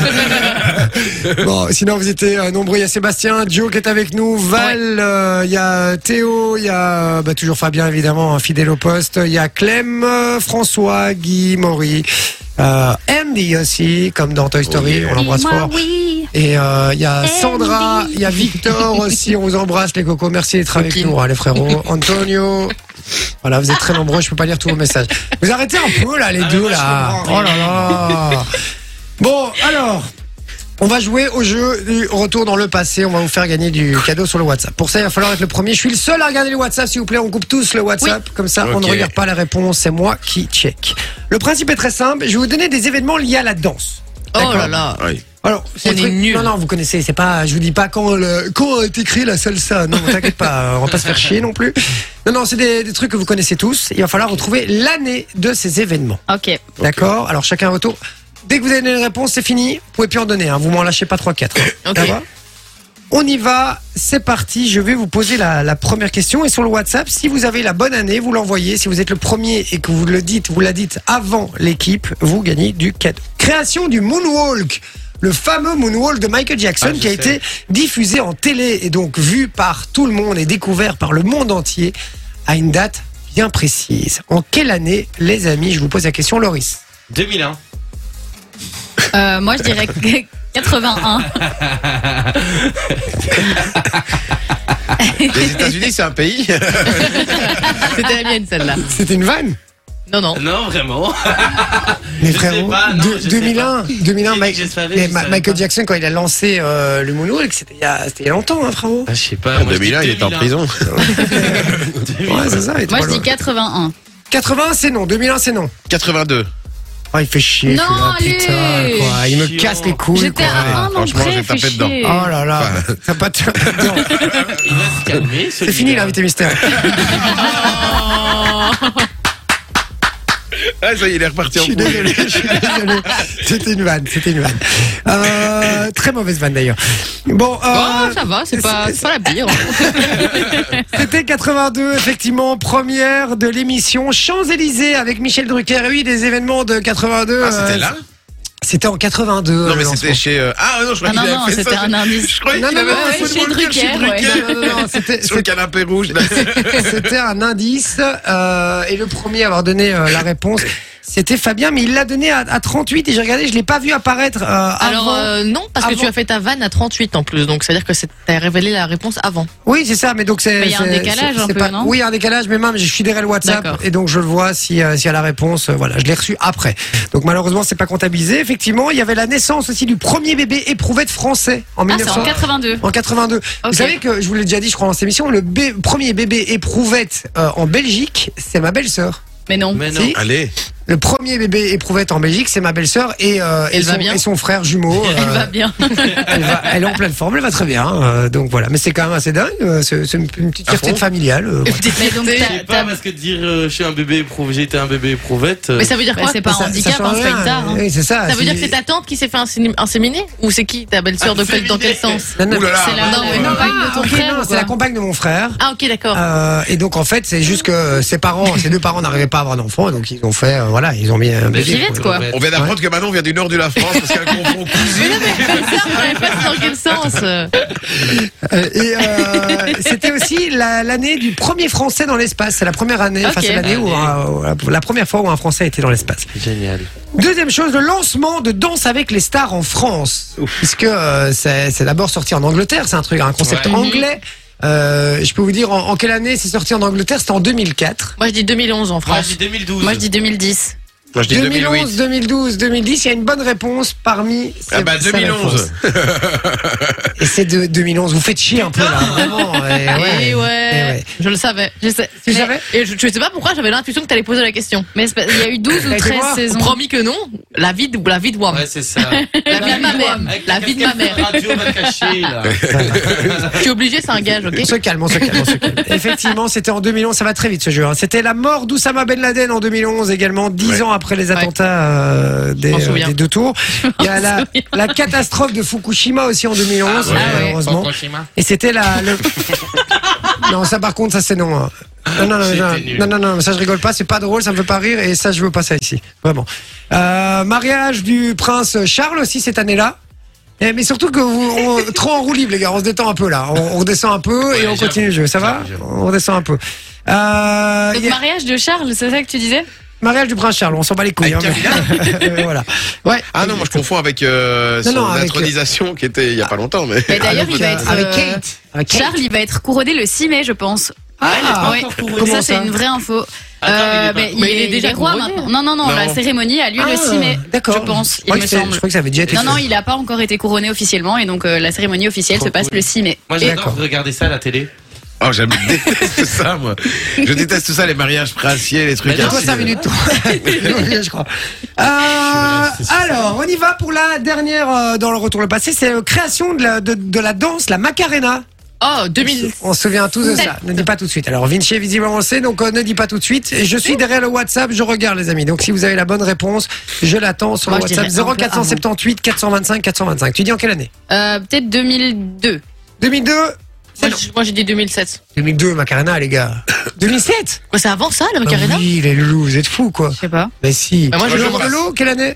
Bon, sinon vous étiez euh, nombreux. Il y a Sébastien, Joe qui est avec nous, Val, euh, il y a Théo, il y a euh, bah, toujours Fabien évidemment, hein, fidèle au poste. Il y a Clem, euh, François, Guy, Maury, euh, Andy aussi, comme dans Toy Story,
yeah.
on l'embrasse fort. Et euh, il y a Sandra, il y a Victor aussi. On vous embrasse les cocos. Merci d'être avec nous, hein, les frérots. Antonio. Voilà, vous êtes très nombreux. Je peux pas lire tous vos messages. Vous arrêtez un peu là, les
Ah, mais
deux
moi, je
là.
comprends.
Oh là là. Bon, alors. On va jouer au jeu du retour dans le passé. On va vous faire gagner du cadeau sur le WhatsApp. Pour ça, il va falloir être le premier. Je suis le seul à regarder le WhatsApp, s'il vous plaît. On coupe tous le WhatsApp. Comme ça, on ne
Ok.
regarde pas la réponse. C'est moi qui check. Le principe est très simple. Je vais vous donner des événements liés à la danse.
Oh
D'accord
là là.
Ouais.
alors, c'est
On
le
est
truc-
nuls.
Non, non, vous connaissez, c'est pas, je vous dis pas quand, le, quand a été créée la salsa. Non, t'inquiète pas, on va pas se faire chier non plus. Non, non, c'est des, des trucs que vous connaissez tous. Il va falloir retrouver l'année de ces événements.
Ok.
D'accord Alors, chacun un retour. Dès que vous avez donné une réponse, c'est fini. Vous pouvez plus en donner, hein. vous m'en lâchez pas 3-4.
Ok.
Ça va on y va, c'est parti. Je vais vous poser la, la première question. Et sur le WhatsApp, si vous avez la bonne année, vous l'envoyez. Si vous êtes le premier et que vous le dites, vous la dites avant l'équipe, vous gagnez du cadeau. Création du Moonwalk. Le fameux moonwalk de Michael Jackson
Ah, je
qui a
sais.
été diffusé en télé et donc vu par tout le monde et découvert par le monde entier à une date bien précise. En quelle année, les amis, je vous pose la question, Loris
2001.
Euh, moi, je dirais que 81.
Les États-Unis, c'est un pays. Ah,
C'était la mienne, celle-là.
C'était une vanne
Non, non.
Non, vraiment.
Mais
Je sais
frérot,
pas, non,
de-
je sais
2001, 2001 Mike-
je savais,
mais
je
Ma-
savais
Michael Jackson, quand il a lancé euh, le moonwalk, c'était il y a c'était il y a longtemps, hein, frérot.
Ah, je sais pas.
En 2001, il était en prison.
Ouais, c'est ça. il était pas
Moi, je dis
loin.
81.
80, c'est non. 2001, c'est non.
82.
Oh, il fait chier,
Non,
celui-là,
allez
putain, quoi. Il me
Chiant.
casse les couilles,
J'étais
quoi.
à 1 l'an
franchement, j'ai
près,
tapé
fais
dedans.
chier.
Oh là là.
Enfin,
T'as pas de- Non,
Il va se calmer.
C'est fini, l'invité mystère.
Ah, ça y est, il est reparti
Je
en
suis
couille.
désolé, je suis désolé. C'était une vanne, c'était une vanne. Euh, très mauvaise vanne d'ailleurs. Bon, euh,
Oh, ça va, c'est pas, c'est pas la pire.
C'était 82, effectivement, première de l'émission Champs-Élysées avec Michel Drucker. Et oui, des événements de 82.
Ah, c'était
euh,
là
C'était en 82.
Non,
le
mais
lancement.
c'était chez. euh, Ah non, je
Ah
croyais
non,
qu'il
non,
avait fait
c'était
ça.
un indice.
Je croyais
Non,
qu'il
non,
avait
non,
fait
ouais,
ça
chez
de Walker,
Drucker,
Non,
ouais.
non, non, c'était-
Sur le canapé rouge. là.
C'était un indice. euh, et le premier à avoir donné euh, la réponse, c'était Fabien, mais il l'a donné à, à 38. Et j'ai regardé, je l'ai pas vu apparaître euh,
Alors,
avant.
euh, non, parce que
Avant.
tu as fait ta vanne à 38 en plus. Donc, c'est-à-dire que c'est- t'as révélé la réponse avant.
Oui, c'est ça, mais donc c'est.
Mais il y a un
c'est-
décalage
c'est
un peu, non
Oui, il y a un décalage, mais même, je suis derrière le WhatsApp
D'accord.
et donc je le vois si, euh, s'il y a la réponse. euh, voilà, je l'ai reçu après. Donc malheureusement, c'est pas comptabilisé. Effectivement, il y avait la naissance aussi du premier bébé éprouvé de français en
Ah, c'est
1900.
en 82.
En 82. Vous
Ok.
savez que je vous l'ai déjà dit, je crois, dans cette émission, le bé- premier bébé éprouvette euh, en Belgique, c'est ma belle-sœur.
Mais non.
Mais non.
Si.
Allez.
Le premier bébé éprouvette en Belgique, c'est ma belle-sœur et, euh, et,
Elle va
son,
bien
et son frère jumeau. euh,
Elle va bien.
elle, va- elle est en pleine forme, elle va très bien. hein, euh, donc voilà, mais c'est quand même assez dingue. euh, c'est c'est une, une petite
Ah
fierté
bon
familiale. euh, voilà.
Mais donc,
Je
t'as-
sais pas,
t'as-
parce que de dire euh, je suis un bébé éprouvé, j'étais un bébé éprouvette. euh,
Mais ça veut dire
bah,
quoi
c'est pas un
Ça- ça
handicap,
change
hein, c'est pas
rien.
une tare. hein.
Oui, c'est Ah, ça.
Ça veut
si-
dire que c'est ta tante qui s'est fait insémi- inséminer Ou c'est qui Ta belle-sœur de quel- Dans quel
Inséminer.
sens
Ah, Non, non,
Ouh là là.
C'est la
non, mais
la
non,
compagne de ton
ok,
frère
non,
ou
c'est la
quoi
compagne de mon frère.
Ah, ok, d'accord.
Euh, et donc en fait, c'est juste que ses parents, ses deux parents n'arrivaient pas à avoir d'enfants, donc ils ont fait, euh, voilà, ils ont mis un
bébé
bébé.
Gillette,
éprouvette.
quoi.
On vient d'apprendre que Manon vient du nord de la France parce qu'elle confond
Mais
cousine.
non, mais c'est ça, mais pas c'est dans quel sens euh.
Euh, et euh, c'était aussi la- l'année du premier Français dans l'espace. C'est la première année, enfin
Ok.
c'est l'année où un- la première fois où un Français était dans l'espace.
Génial.
Deuxième chose, le lancement de Danse avec les stars en France. Puisque euh, c'est c'est d'abord sorti en Angleterre, c'est un truc, un concept
Ouais.
anglais. Euh, je peux vous dire en, en quelle année c'est sorti en Angleterre, c'était en 2004.
Moi, je dis 2011 en
Moi,
France.
je dis 2012.
Moi, je dis 2010.
Moi, je dis
2011,
2008.
2012, 2010, il y a une bonne réponse parmi ces
Ah bah,
ces
2011.
réponses. Et c'est de 2011, vous faites chier un peu là, vraiment. Et
Eh ouais,
ouais. Eh ouais.
je le savais.
Je sais.
Tu
mais-
savais
Et je, je sais pas pourquoi j'avais l'intuition que t'allais poser la question.
Mais c'est pas- il y a eu 12 ou
Mais tu vois,
13 saisons.
Promis que non, la vie de, la vie de WAM.
Ouais, c'est ça.
la vie de ma mère.
Avec
La vie de ma
casquette
mère. Ah
Radio va te cacher, là.
Je suis obligé, c'est un gage, ok
On se calme, on se calme, on se calme. Effectivement, c'était en 2011, ça va très vite ce jeu. hein. C'était la mort d'Oussama Ben Laden en 2011 également, dix
Ouais.
ans après les attentats euh, des,
m'en
euh,
souviens.
des deux tours. Il y a la, la catastrophe de Fukushima aussi en 2011,
Ah ouais.
malheureusement.
Fukushima.
Et c'était la... le- non, ça par contre, ça c'est non. hein. Non, non, non,
C'était
non,
nul.
non, non, non, ça je rigole pas, c'est pas drôle, ça me fait pas rire et ça je veux pas ça ici, vraiment. Euh, mariage du prince Charles aussi cette année-là. Eh, mais surtout que vous, on- trop en roue libre, les gars, on se détend un peu là, on, on redescend un peu et
Ouais,
on
j'avoue.
continue le jeu, ça va
J'avoue,
On redescend un peu. Euh,
Donc,
il y a-
mariage de Charles, c'est ça que tu disais
mariage du prince Charles, on s'en bat les couilles. hein,
Avec
mais- voilà. Ouais.
Ah non, moi je confonds avec euh,
Non,
son
non, avec-
intronisation qui était il y a pas longtemps. Mais
Mais d'ailleurs,
Avec,
il va
euh,
être.
avec
euh,
Kate. Avec Kate.
Charles, il va être couronné le 6 mai, je pense.
Ah,
ouais.
Comment ça
ça, c'est une vraie info.
Attends, il est pas-
ben,
Mais il est déjà
roi
couronné.
maintenant. Non, non, non,
Non.
la cérémonie a lieu
Ah,
le 6 mai.
D'accord.
Je pense, il
croyais
me
que c'était-
semble.
Je crois que ça avait déjà été
Non, non,
fait.
il n'a pas encore été couronné officiellement et donc euh, la cérémonie officielle
Trop
se passe
cool.
le 6 mai.
Moi,
Et-
j'adore regarder ça à la télé.
Oh, j'aime déteste ça, moi. Je déteste tout ça, les mariages princiers, les trucs
Mais non,
ainsi.
Toi, 5 minutes, toi. je crois. Euh, alors, on y va pour la dernière euh, dans le retour le passé. C'est euh, création de la, de, de la danse, la Macarena.
Oh, 2000.
On se souvient tous de ça. Ne dis pas tout de suite. Alors, Vinci est visiblement lancé, donc euh, ne dis pas tout de suite. Et Je suis derrière le WhatsApp, je regarde, les amis. Donc, si vous avez la bonne réponse, je l'attends sur
Moi,
le
je
WhatsApp
dirais un peu
0478 425 425. Tu dis en quelle année
euh, Peut-être 2002.
2002
Moi, je- Moi, j'ai dit 2007.
2002, Macarena, les gars. 2007
Oh,
Mais C'est avant ça, la
Bah
Macarena
Oui, les loulous, vous êtes fous, quoi.
Je sais pas.
Mais si.
Bah, moi, je
Le
joue
Jour de
passe.
l'eau, quelle année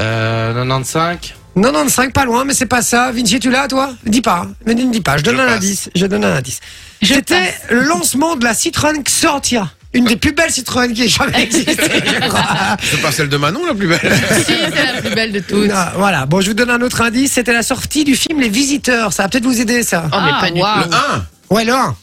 Euh, 95.
95, pas loin, mais c'est pas ça. Vinci, tu l'as, toi Dis pas. hein. Mais ne dis pas. Je donne
Je
un
passe.
indice. Je donne un indice.
Je
C'était le lancement de la Citroën Xortia. Une des plus belles Citroën qui ait jamais existé, je crois.
C'est pas celle de Manon, la plus belle.
Si, c'est la plus belle de toutes.
Non, voilà. Bon, je vous donne un autre indice. C'était la sortie du film Les Visiteurs. Ça va peut-être vous aider, ça.
Oh, mais
Ah,
pas du
waouh.
tout.
Le 1.
Ouais, le 1.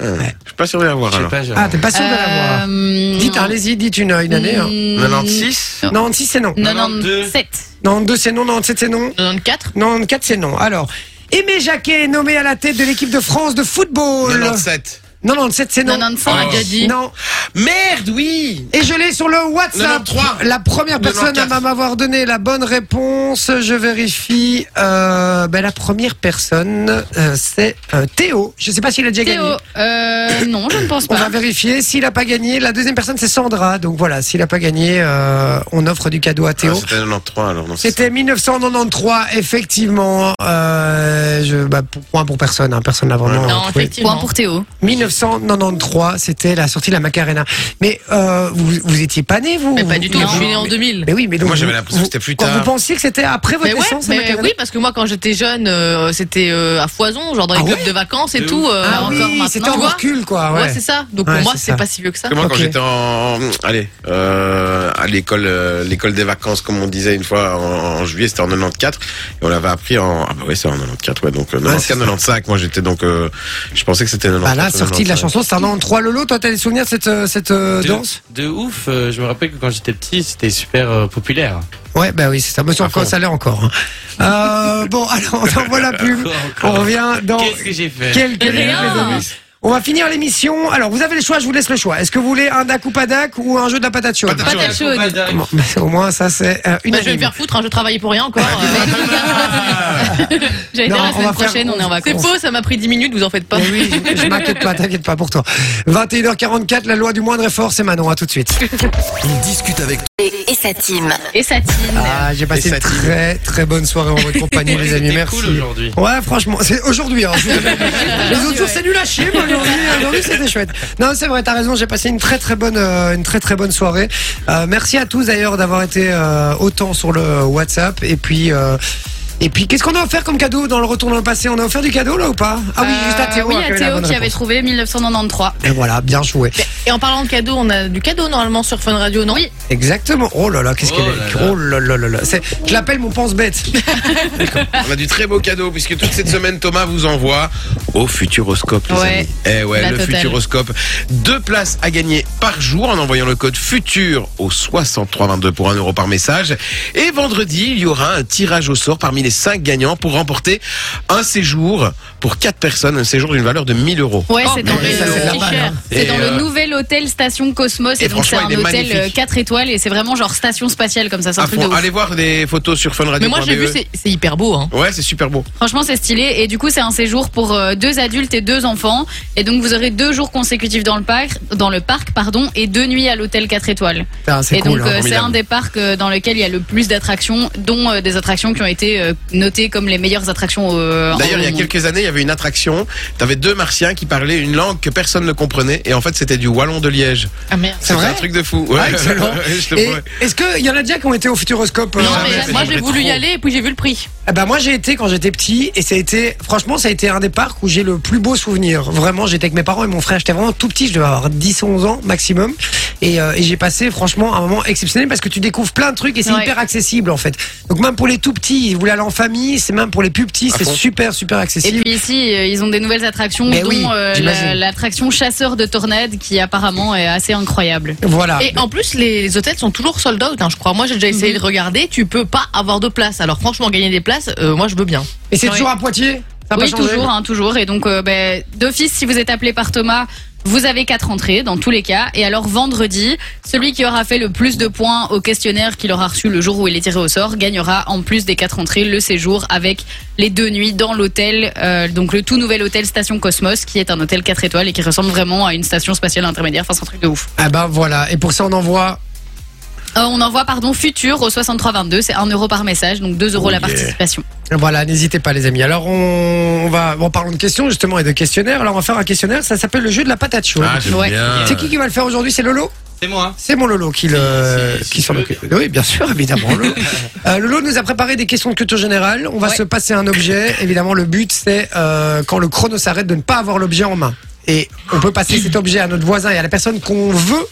Je suis pas sûr de l'avoir alors.
Ah, t'es pas sûr de l'avoir.
Euh,
Dites, allez-y, dites une, une année. hein.
hmm, Mm.
96
96, c'est non.
97.
92, c'est non. 97, c'est non.
94
94, c'est non. Alors, Aimé Jacquet est nommé à la tête de l'équipe de France de football.
97.
97, c'est non.
95, on a déjà dit.
Non.
Merde, oui
Et je l'ai sur le WhatsApp.
93.
La première personne
94.
à m'avoir donné la bonne réponse, je vérifie. Euh, ben, la première personne, euh, c'est euh, Théo. Je sais pas s'il a déjà
Théo,
gagné.
euh, non, je ne pense
On va
pas.
vérifier. S'il a pas gagné, la deuxième personne, c'est Sandra. Donc voilà, s'il a pas gagné, euh, on offre du cadeau à Théo.
Ah, C'était 93 alors. non, c'est
C'était 1993, effectivement. Euh, je, bah, pour- point pour personne, hein, personne n'a vraiment
Non,
trouvé.
effectivement.
Point pour Théo.
1993, c'était la sortie de la Macarena. Mais euh, vous, vous étiez pas né, vous
Mais pas
vous-
du tout,
vous-
je suis né en 2000.
Mais oui, mais donc.
Moi, j'avais
vous-
l'impression que c'était
vous-
plus
quand
tard.
Vous pensiez que c'était après votre
Mais ouais,
naissance, la
mais
Macarena
oui, parce que moi quand j'étais jeune, euh, c'était euh, à foison, genre dans les
Ah
clubs
ouais
de vacances et
De
tout. euh,
Ah
encore
oui,
maintenant,
c'était
tu
en
vois.
recul, quoi.
Ouais,
Ouais.
c'est ça. Donc
Ouais,
pour moi,
c'est
c'est
ça.
pas si vieux que ça.
Parce que moi,
Ok.
quand j'étais en, allez, euh, à l'école, euh, l'école des vacances, comme on disait une fois en, en juillet, c'était en 94, et on l'avait appris en, ah bah ouais, c'est en 94, ouais, donc euh,
Ouais, c'est
94, 95. Moi, j'étais donc, euh, je pensais que c'était 94.
Bah là, sortie de la
95.
chanson, c'était en 93. Lolo, toi, t'as des souvenirs de cette, euh, cette euh,
De-
danse
De ouf, euh, je me rappelle que quand j'étais petit, c'était super euh, populaire.
Ouais, bah oui, c'est ça. Monsieur,
À
encore,
fond.
ça l'est encore. hein. Euh, bon, alors, on envoie la pub.
Encore,
On
encore.
revient dans
Qu'est-ce que j'ai fait
quelques minutes,
Rien.
les amis. On va finir l'émission. Alors, vous avez le choix, je vous laisse le choix. Est-ce que vous voulez un dac ou pas dac ou un jeu de la patate chaude
Patate Patate chaude. chaude.
Bon, mais au moins, ça, c'est euh, une
Bah, je vais me faire foutre, hein, je travaillais pour rien encore.
J'allais
Non,
dire la
on va
semaine
faire-
prochaine, on est en
C'est
vacances.
faux, ça m'a pris 10 minutes, vous en faites pas.
Mais oui, je, je m'inquiète pas, t'inquiète pas pour toi. 21h44, la loi du moindre effort, c'est Manon, à tout de suite.
On discute avec
Et, et sa team.
Et ça tine.
Ah, j'ai passé
Et
une
ça tire.
très très bonne soirée en votre compagnie, les amis,
C'était
merci.
cool aujourd'hui.
Ouais, franchement, c'est aujourd'hui. hein. les autres jours, c'est nul à chier, mais aujourd'hui, aujourd'hui, c'était chouette. Non, c'est vrai, t'as raison, j'ai passé une très très bonne, euh, une très très bonne soirée. Euh, merci à tous d'ailleurs d'avoir été euh, autant sur le WhatsApp. Et puis, euh, et puis, qu'est-ce qu'on a offert comme cadeau dans le retour dans le passé On a offert du cadeau là ou pas Ah oui, juste à
Euh,
Théo.
Oui,
hein,
à
avait la
Théo
bonne
qui avait
réponse.
trouvé 1993.
Et voilà, bien joué.
Et en parlant de cadeaux, on a du cadeau normalement sur Fun Radio, non
Euh,
Oui.
Exactement. Oh là là, qu'est-ce qu'elle
Oh
est.
là là.
Oh là là là là. C'est- Je l'appelle mon pense-bête.
On a du très beau cadeau puisque toute cette semaine Thomas vous envoie au Futuroscope les
Ouais.
amis. Eh ouais,
La
le
totale.
Futuroscope, deux places à gagner par jour en envoyant le code futur au 6322 pour 1 euro par message et vendredi, il y aura un tirage au sort parmi les cinq gagnants pour remporter un séjour pour quatre personnes, un séjour d'une valeur de 1000 euros.
Ouais, c'est dans,
Oh, mais ça, c'est de la
le,
balle, hein.
c'est
Et,
dans le
euh,
nouvel hôtel Station Cosmos. Et,
et
donc, c'est un
franchement, il est
hôtel
magnifique.
4 étoiles et c'est vraiment genre station spatiale comme ça. C'est un
À
truc
fond.
de ouf.
Allez voir des photos sur funradio.be.
Mais moi j'ai vu, c'est c'est hyper beau. Hein.
E. Ouais, c'est super beau.
Franchement, c'est stylé. Et du coup, c'est un séjour pour euh, deux adultes et deux enfants. Et donc, vous aurez deux jours consécutifs dans le parc, dans le parc pardon, et deux nuits à l'hôtel 4 étoiles.
Putain, c'est
Et
cool.
donc,
hein.
euh, c'est
formidable.
un des parcs euh, dans lequel il y a le plus d'attractions, dont euh, des attractions qui ont été euh, notées comme les meilleures attractions.
Ah.
euh, en-
D'ailleurs, il y a
au monde.
quelques années, il y avait une attraction. T'avais deux martiens qui parlaient une langue que personne ne comprenait. Et en fait, c'était du wallon de Liège.
Ah merde.
C'est
vrai
un truc de fou. Ouais.
Ah, excellent.
Je te
Et
promets.
Est-ce qu'il y en a déjà qui ont été au Futuroscope euh,
Non,
Jamais,
mais
Ah, c'est
moi
vrai,
j'ai voulu
trop.
y aller et puis j'ai vu le prix.
Ah bah moi j'ai été quand j'étais petit et ça a été franchement ça a été un des parcs où j'ai le plus beau souvenir. Vraiment j'étais avec mes parents et mon frère, j'étais vraiment tout petit, je devais avoir 10 11 ans maximum et, euh, et j'ai passé franchement un moment exceptionnel parce que tu découvres plein de trucs et c'est
Ouais.
hyper accessible en fait. Donc même pour les tout petits, vous voulez aller en famille, c'est même pour les plus petits, c'est
fond.
super super
Et
accessible.
puis ici, euh, ils ont des nouvelles attractions,
Mais
dont
oui,
euh,
j'imagine.
la- l'attraction chasseur de tornades, qui apparemment est assez incroyable.
voilà.
Et en plus, les, les hôtels sont toujours sold out, hein, je crois. Moi j'ai déjà
Mhm.
essayé de regarder, tu peux pas avoir de place. Alors franchement, gagner des places, euh, moi je veux bien.
Et c'est
Ouais.
toujours à Poitiers Ça a pas
oui,
changé
toujours, hein, toujours. Et donc, euh, ben, d'office, si vous êtes appelé par Thomas, vous avez quatre entrées dans tous les cas. Et alors, vendredi, celui qui aura fait le plus de points au questionnaire qu'il aura reçu le jour où il est tiré au sort gagnera en plus des quatre entrées le séjour avec les deux nuits dans l'hôtel, euh, donc le tout nouvel hôtel Station Cosmos, qui est un hôtel 4 étoiles et qui ressemble vraiment à une station spatiale intermédiaire. Enfin, c'est un truc de ouf.
Ah bah voilà, et pour ça on envoie
Euh, on envoie, pardon, Futur au 6322. C'est 1 euro par message, donc 2 euros
Oh
la participation.
Voilà, n'hésitez pas les amis. Alors on, on va en parlant de questions justement et de questionnaires. Alors on va faire un questionnaire, ça s'appelle le jeu de la patate chaude.
Ah, j'aime
Ouais.
bien.
c'est qui qui va le faire aujourd'hui C'est Lolo
C'est moi.
C'est mon Lolo qui le
Si, si,
qui
si
s'en
tu veux,
occupe. Oui, bien sûr, évidemment. Lolo. Euh, Lolo nous a préparé des questions de culture générale. On va
Ouais.
se passer un objet. Évidemment, le but c'est euh, quand le chrono s'arrête de ne pas avoir l'objet en main. Et on peut passer cet objet à notre voisin et à la personne qu'on veut.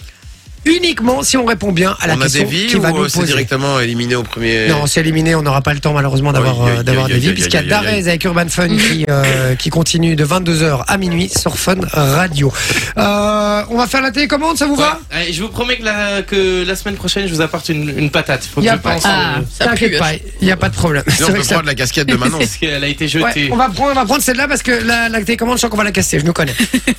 uniquement si on répond bien à la
on a
question
des vies
qui va
ou
nous
euh, c'est
poser.
directement éliminé au premier.
Non, c'est éliminé, on n'aura pas le temps malheureusement d'avoir
Aïe, aïe,
euh, d'avoir
aïe,
des
aïe,
vies,
aïe,
puisqu'il y a
aïe, aïe, aïe.
Darez avec Urban Fun qui, euh, qui continue de 22h à minuit sur Fun Radio. Euh, on va faire la télécommande, ça vous va
Ouais. Allez, je vous promets que la, que la semaine prochaine, je vous apporte une, une patate. Faut que
Y a
je
pas-
pense.
Ah,
euh,
T'inquiète pas, il n'y a pas de problème. C'est
Sinon, on
vrai
peut
que ça-
prendre la casquette de Manon.
Parce qu'elle a été jetée.
Ouais, on va prendre, on va prendre celle-là parce que la, la télécommande, je sens qu'on va la casser. Je nous connais.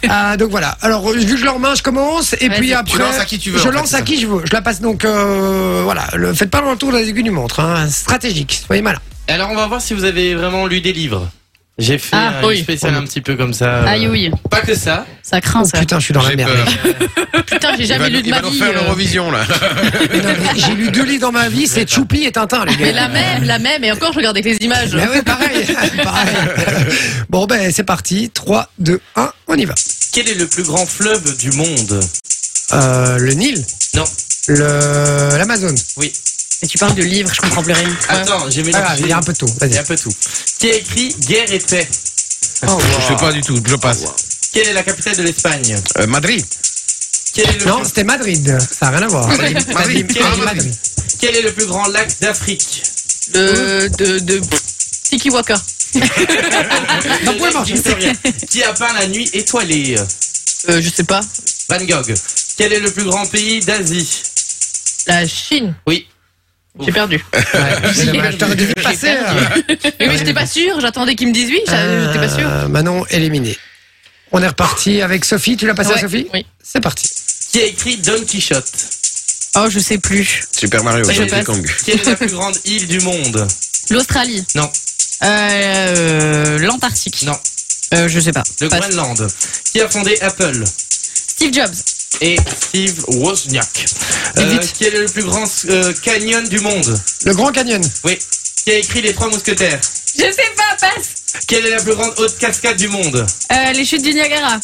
Ah, donc voilà. Alors euh, vu que je leur main, je commence et puis après,
lances à qui tu veux,
Je
en fait,
lance
c'est
à
ça.
qui je veux. Je la passe donc euh, voilà. Le, faites pas le retour de la aiguille du montre. Hein. Stratégique. Soyez malin.
Alors, on va voir si vous avez vraiment lu des livres. J'ai fait
Ah,
un
oui.
spécial un petit peu comme ça. euh,
Ah
Ah,
Aïe, oui.
Pas que ça.
Ça craint,
Oh,
ça.
putain, je suis dans la
J'ai
merde.
peur.
Putain, j'ai
Il
jamais
va,
lu de
il
ma
va nous
vie.
faire
euh.
l'Eurovision là.
Mais non, mais J'ai lu deux livres dans ma vie, c'est Choupi et Tintin, les gars.
Mais la même, la même, et encore je regarde avec les images.
Mais ouais, pareil. pareil. Bon, ben, c'est parti. 3, 2, 1, on y va.
Quel est le plus grand fleuve du monde
Euh, le Nil
Non.
Le- L'Amazon.
Mais tu parles de livres, je comprends plus rien.
Attends, j'ai
Ah,
mélangé.
il y a un peu de tout.
Il y a
Vas-y.
un peu tout. Qui a écrit Guerre et paix
Je sais pas du tout, je passe.
Quelle est la capitale de l'Espagne
Euh, Madrid.
Quel est le
Non, c'était Madrid. Ça n'a rien à voir. T'as dit- t'as dit-
Madrid.
t'as dit Madrid.
Quel est le plus grand lac d'Afrique
De, euh, de, de Tiki Waka.
Non,
Le
pouvez
lac
marcher.
Victoria. Qui a peint la nuit étoilée
Euh, je sais pas.
Van Gogh. Quel est le plus grand pays d'Asie
La Chine.
Oui.
J'ai perdu.
Ouais, c'est dommage. T'aurais dû vite passer. euh.
Mais, mais j'étais pas sûre, j'attendais qu'il me dise oui, j'a- j'étais pas sûre.
Euh, Manon, éliminé. On est reparti avec Sophie. Tu l'as passé à
Ouais,
Sophie
oui.
C'est parti.
Qui a écrit Don Quichotte
Oh, je sais plus.
Super Mario,
Je
Donkey
passe.
Kong.
Quelle est la plus grande île du monde
L'Australie.
Euh, L'Antarctique.
Non.
Euh, je sais pas.
Le
Passe.
Groenland. Qui a fondé Apple
Steve Jobs.
Et Steve Wozniak. Euh, qui est le plus grand euh, canyon du monde
Le Grand Canyon.
Oui. Qui a écrit Les Trois Mousquetaires
Je sais pas, passe
Quelle est la plus grande haute cascade du monde
Euh, Les chutes du Niagara.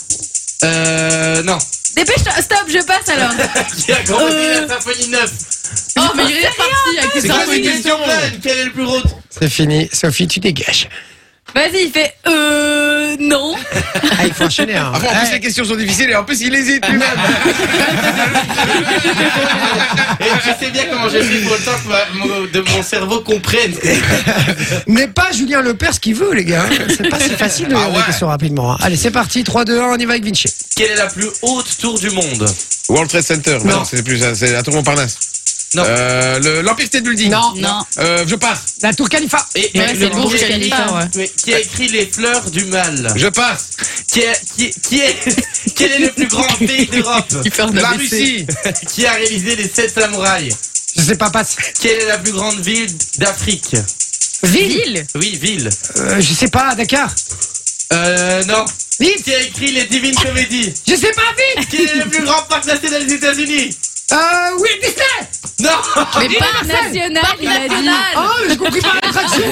Euh. Non.
Dépêche-toi, stop, je passe alors.
Qui a grandi la symphonie 9
Oh, mais il est parti avec les
C'est quoi cette
harmonies.
question Quelle est le plus haute
C'est fini. Sophie, tu dégages.
Vas-y, fais euh. Non.
Ah, il faut enchaîner. hein.
Ah bon, en plus,
Eh,
les questions sont difficiles et en plus, il hésite lui-même.
Et tu sais bien comment je suis pour le temps que ma- mon, de mon cerveau comprenne.
N'est pas Julien Lepers qui veut, les gars. C'est pas si facile de
Ah
répondre
ouais.
des questions rapidement. hein. Allez, c'est parti. 3, 2, 1, on y va avec Vinci.
Quelle est la plus haute tour du monde
World Trade Center.
Non.
Non, c'est plus ça, c'est la Tour Montparnasse.
Non.
Euh, le- L'Empire State Building.
Non.
Non.
Euh, je passe.
La Tour Khalifa.
Et, et
Ouais, c'est
le
le Burj
premier-
Khalifa, ouais.
Mais qui a écrit Les Fleurs du Mal
Je passe.
qui, a- qui, qui est, Quel est le plus grand pays d'Europe
Il fait un
La
ABC.
Russie.
Qui a réalisé Les Sept Samouraïs
Je sais pas, passe.
Quelle est la plus grande ville d'Afrique
Ville.
Oui, ville.
Euh, je sais pas, Dakar.
Euh, non.
Vite.
Qui a écrit Les Divines Comédies
Je sais pas, vite.
Quel est le plus grand parc national des États-Unis
Euh, oui, Disney.
Non
Mais
Ah,
pas
National, il a dit.
national.
Oh, mais j'ai compris par l'attraction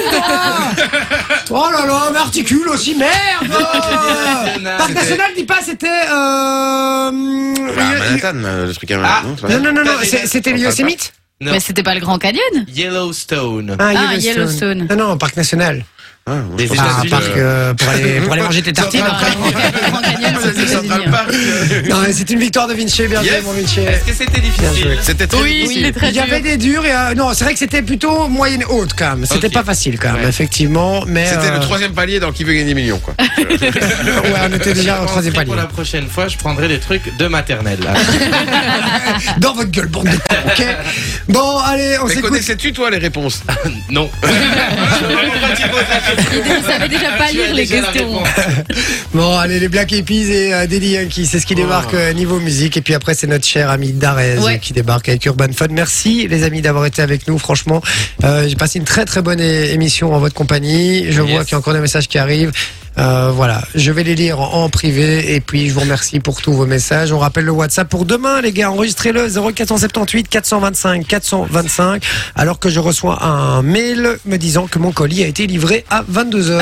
Oh là là, mais articule aussi, merde
national.
Parc national, dis pas, c'était... Euh...
Ah,
Non,
Manhattan, euh, le truc à
Ah.
non, c'est pas ça
non, non, non, c'est- c'était le Yosemite
Non.
Mais c'était pas le Grand Canyon
Yellowstone.
Ah, Yellowstone.
Non, non, parc national.
Ah,
Des
je pense
Ah,
que c'est
parc
le-
euh, pour, aller, pour aller manger tes tartines.
Ah, Le Grand Canyon, c'est aux
C'est Central
États-Unis.
Park.
Non, mais c'est une victoire de Vinci, bien joué,
Yes.
mon Vinci.
Est-ce que c'était difficile
C'était très
Oui,
difficile.
il est très
Il
dur.
y avait des durs et euh, non, c'est vrai que c'était plutôt moyenne haute quand même. C'était
Ok.
pas facile quand même,
Ouais.
effectivement. Mais
C'était
euh,
le troisième palier dans Qui veut gagner millions, quoi.
ouais, on était déjà au
Je
troisième
penserai
palier.
Pour la prochaine fois, je prendrai des trucs de maternelle. là.
Dans votre gueule, bande de cons, ok Bon, allez, on
Mais
s'écoute.
connaissais-tu, toi, les réponses
non. Je sais vraiment pas qui pose la question.
Il savait déjà pas
Tu as
lire les
déjà la
questions.
réponse.
Bon, allez, les Black Eyed Peas et euh, Daddy Yankee, c'est ce qui débarque euh, niveau musique. Et puis après, c'est notre cher ami Darez
Ouais.
euh, qui débarque avec Urban Fun. Merci, les amis, d'avoir été avec nous. Franchement, euh, j'ai passé une très très bonne é- émission en votre compagnie. Je
Yes.
vois qu'il y a encore des messages qui arrivent. Euh, voilà, je vais les lire en en privé et puis je vous remercie pour tous vos messages. On rappelle le WhatsApp pour demain, les gars, enregistrez-le 0478 425 425. Alors que je reçois un mail me disant que mon colis a été livré à 22 h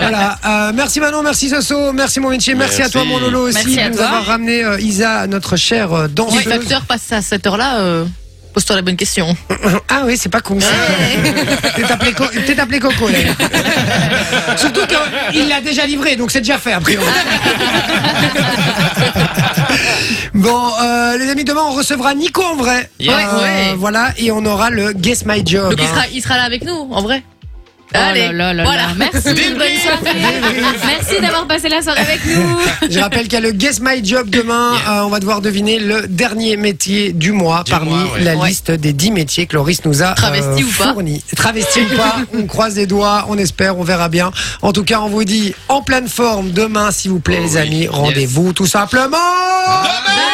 Voilà. Euh, merci Manon, merci Soso, merci mon Vinci, merci, à
Merci.
toi mon Lolo aussi
Merci à
de nous
toi.
avoir ramené euh, Isa, notre chère euh,
Si
danseuse.
Facteur passe à cette heure-là, euh, pose-toi la bonne question.
Ah oui, c'est pas con. ça. Peut-être appelé, Co- peut-être appelé Coco d'ailleurs. Surtout qu'il l'a déjà livré, donc c'est déjà fait a priori. Bon, euh, les amis, demain on recevra Nico en vrai. Euh,
Yeah. Ouais, ouais.
Voilà, et on aura le Guess My Job.
Donc il
hein.
sera, il sera là avec nous, en vrai. Allez,
Oh là là là
voilà.
là. Merci, bonne soirée. Merci d'avoir passé la soirée avec nous.
Je rappelle qu'il y a le Guess My Job demain. Euh, on va devoir deviner le dernier métier du mois
Du
parmi
mois, ouais.
la
Ouais.
liste des 10 métiers que Loris nous a
Travesti
euh,
ou pas
fournis. Travesti ou pas, on croise les doigts, on espère, on verra bien. En tout cas, on vous dit en pleine forme demain, s'il vous plaît,
Oh
les
oui,
amis.
yes.
Rendez-vous tout simplement.
Demain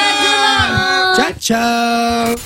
Ciao, ciao.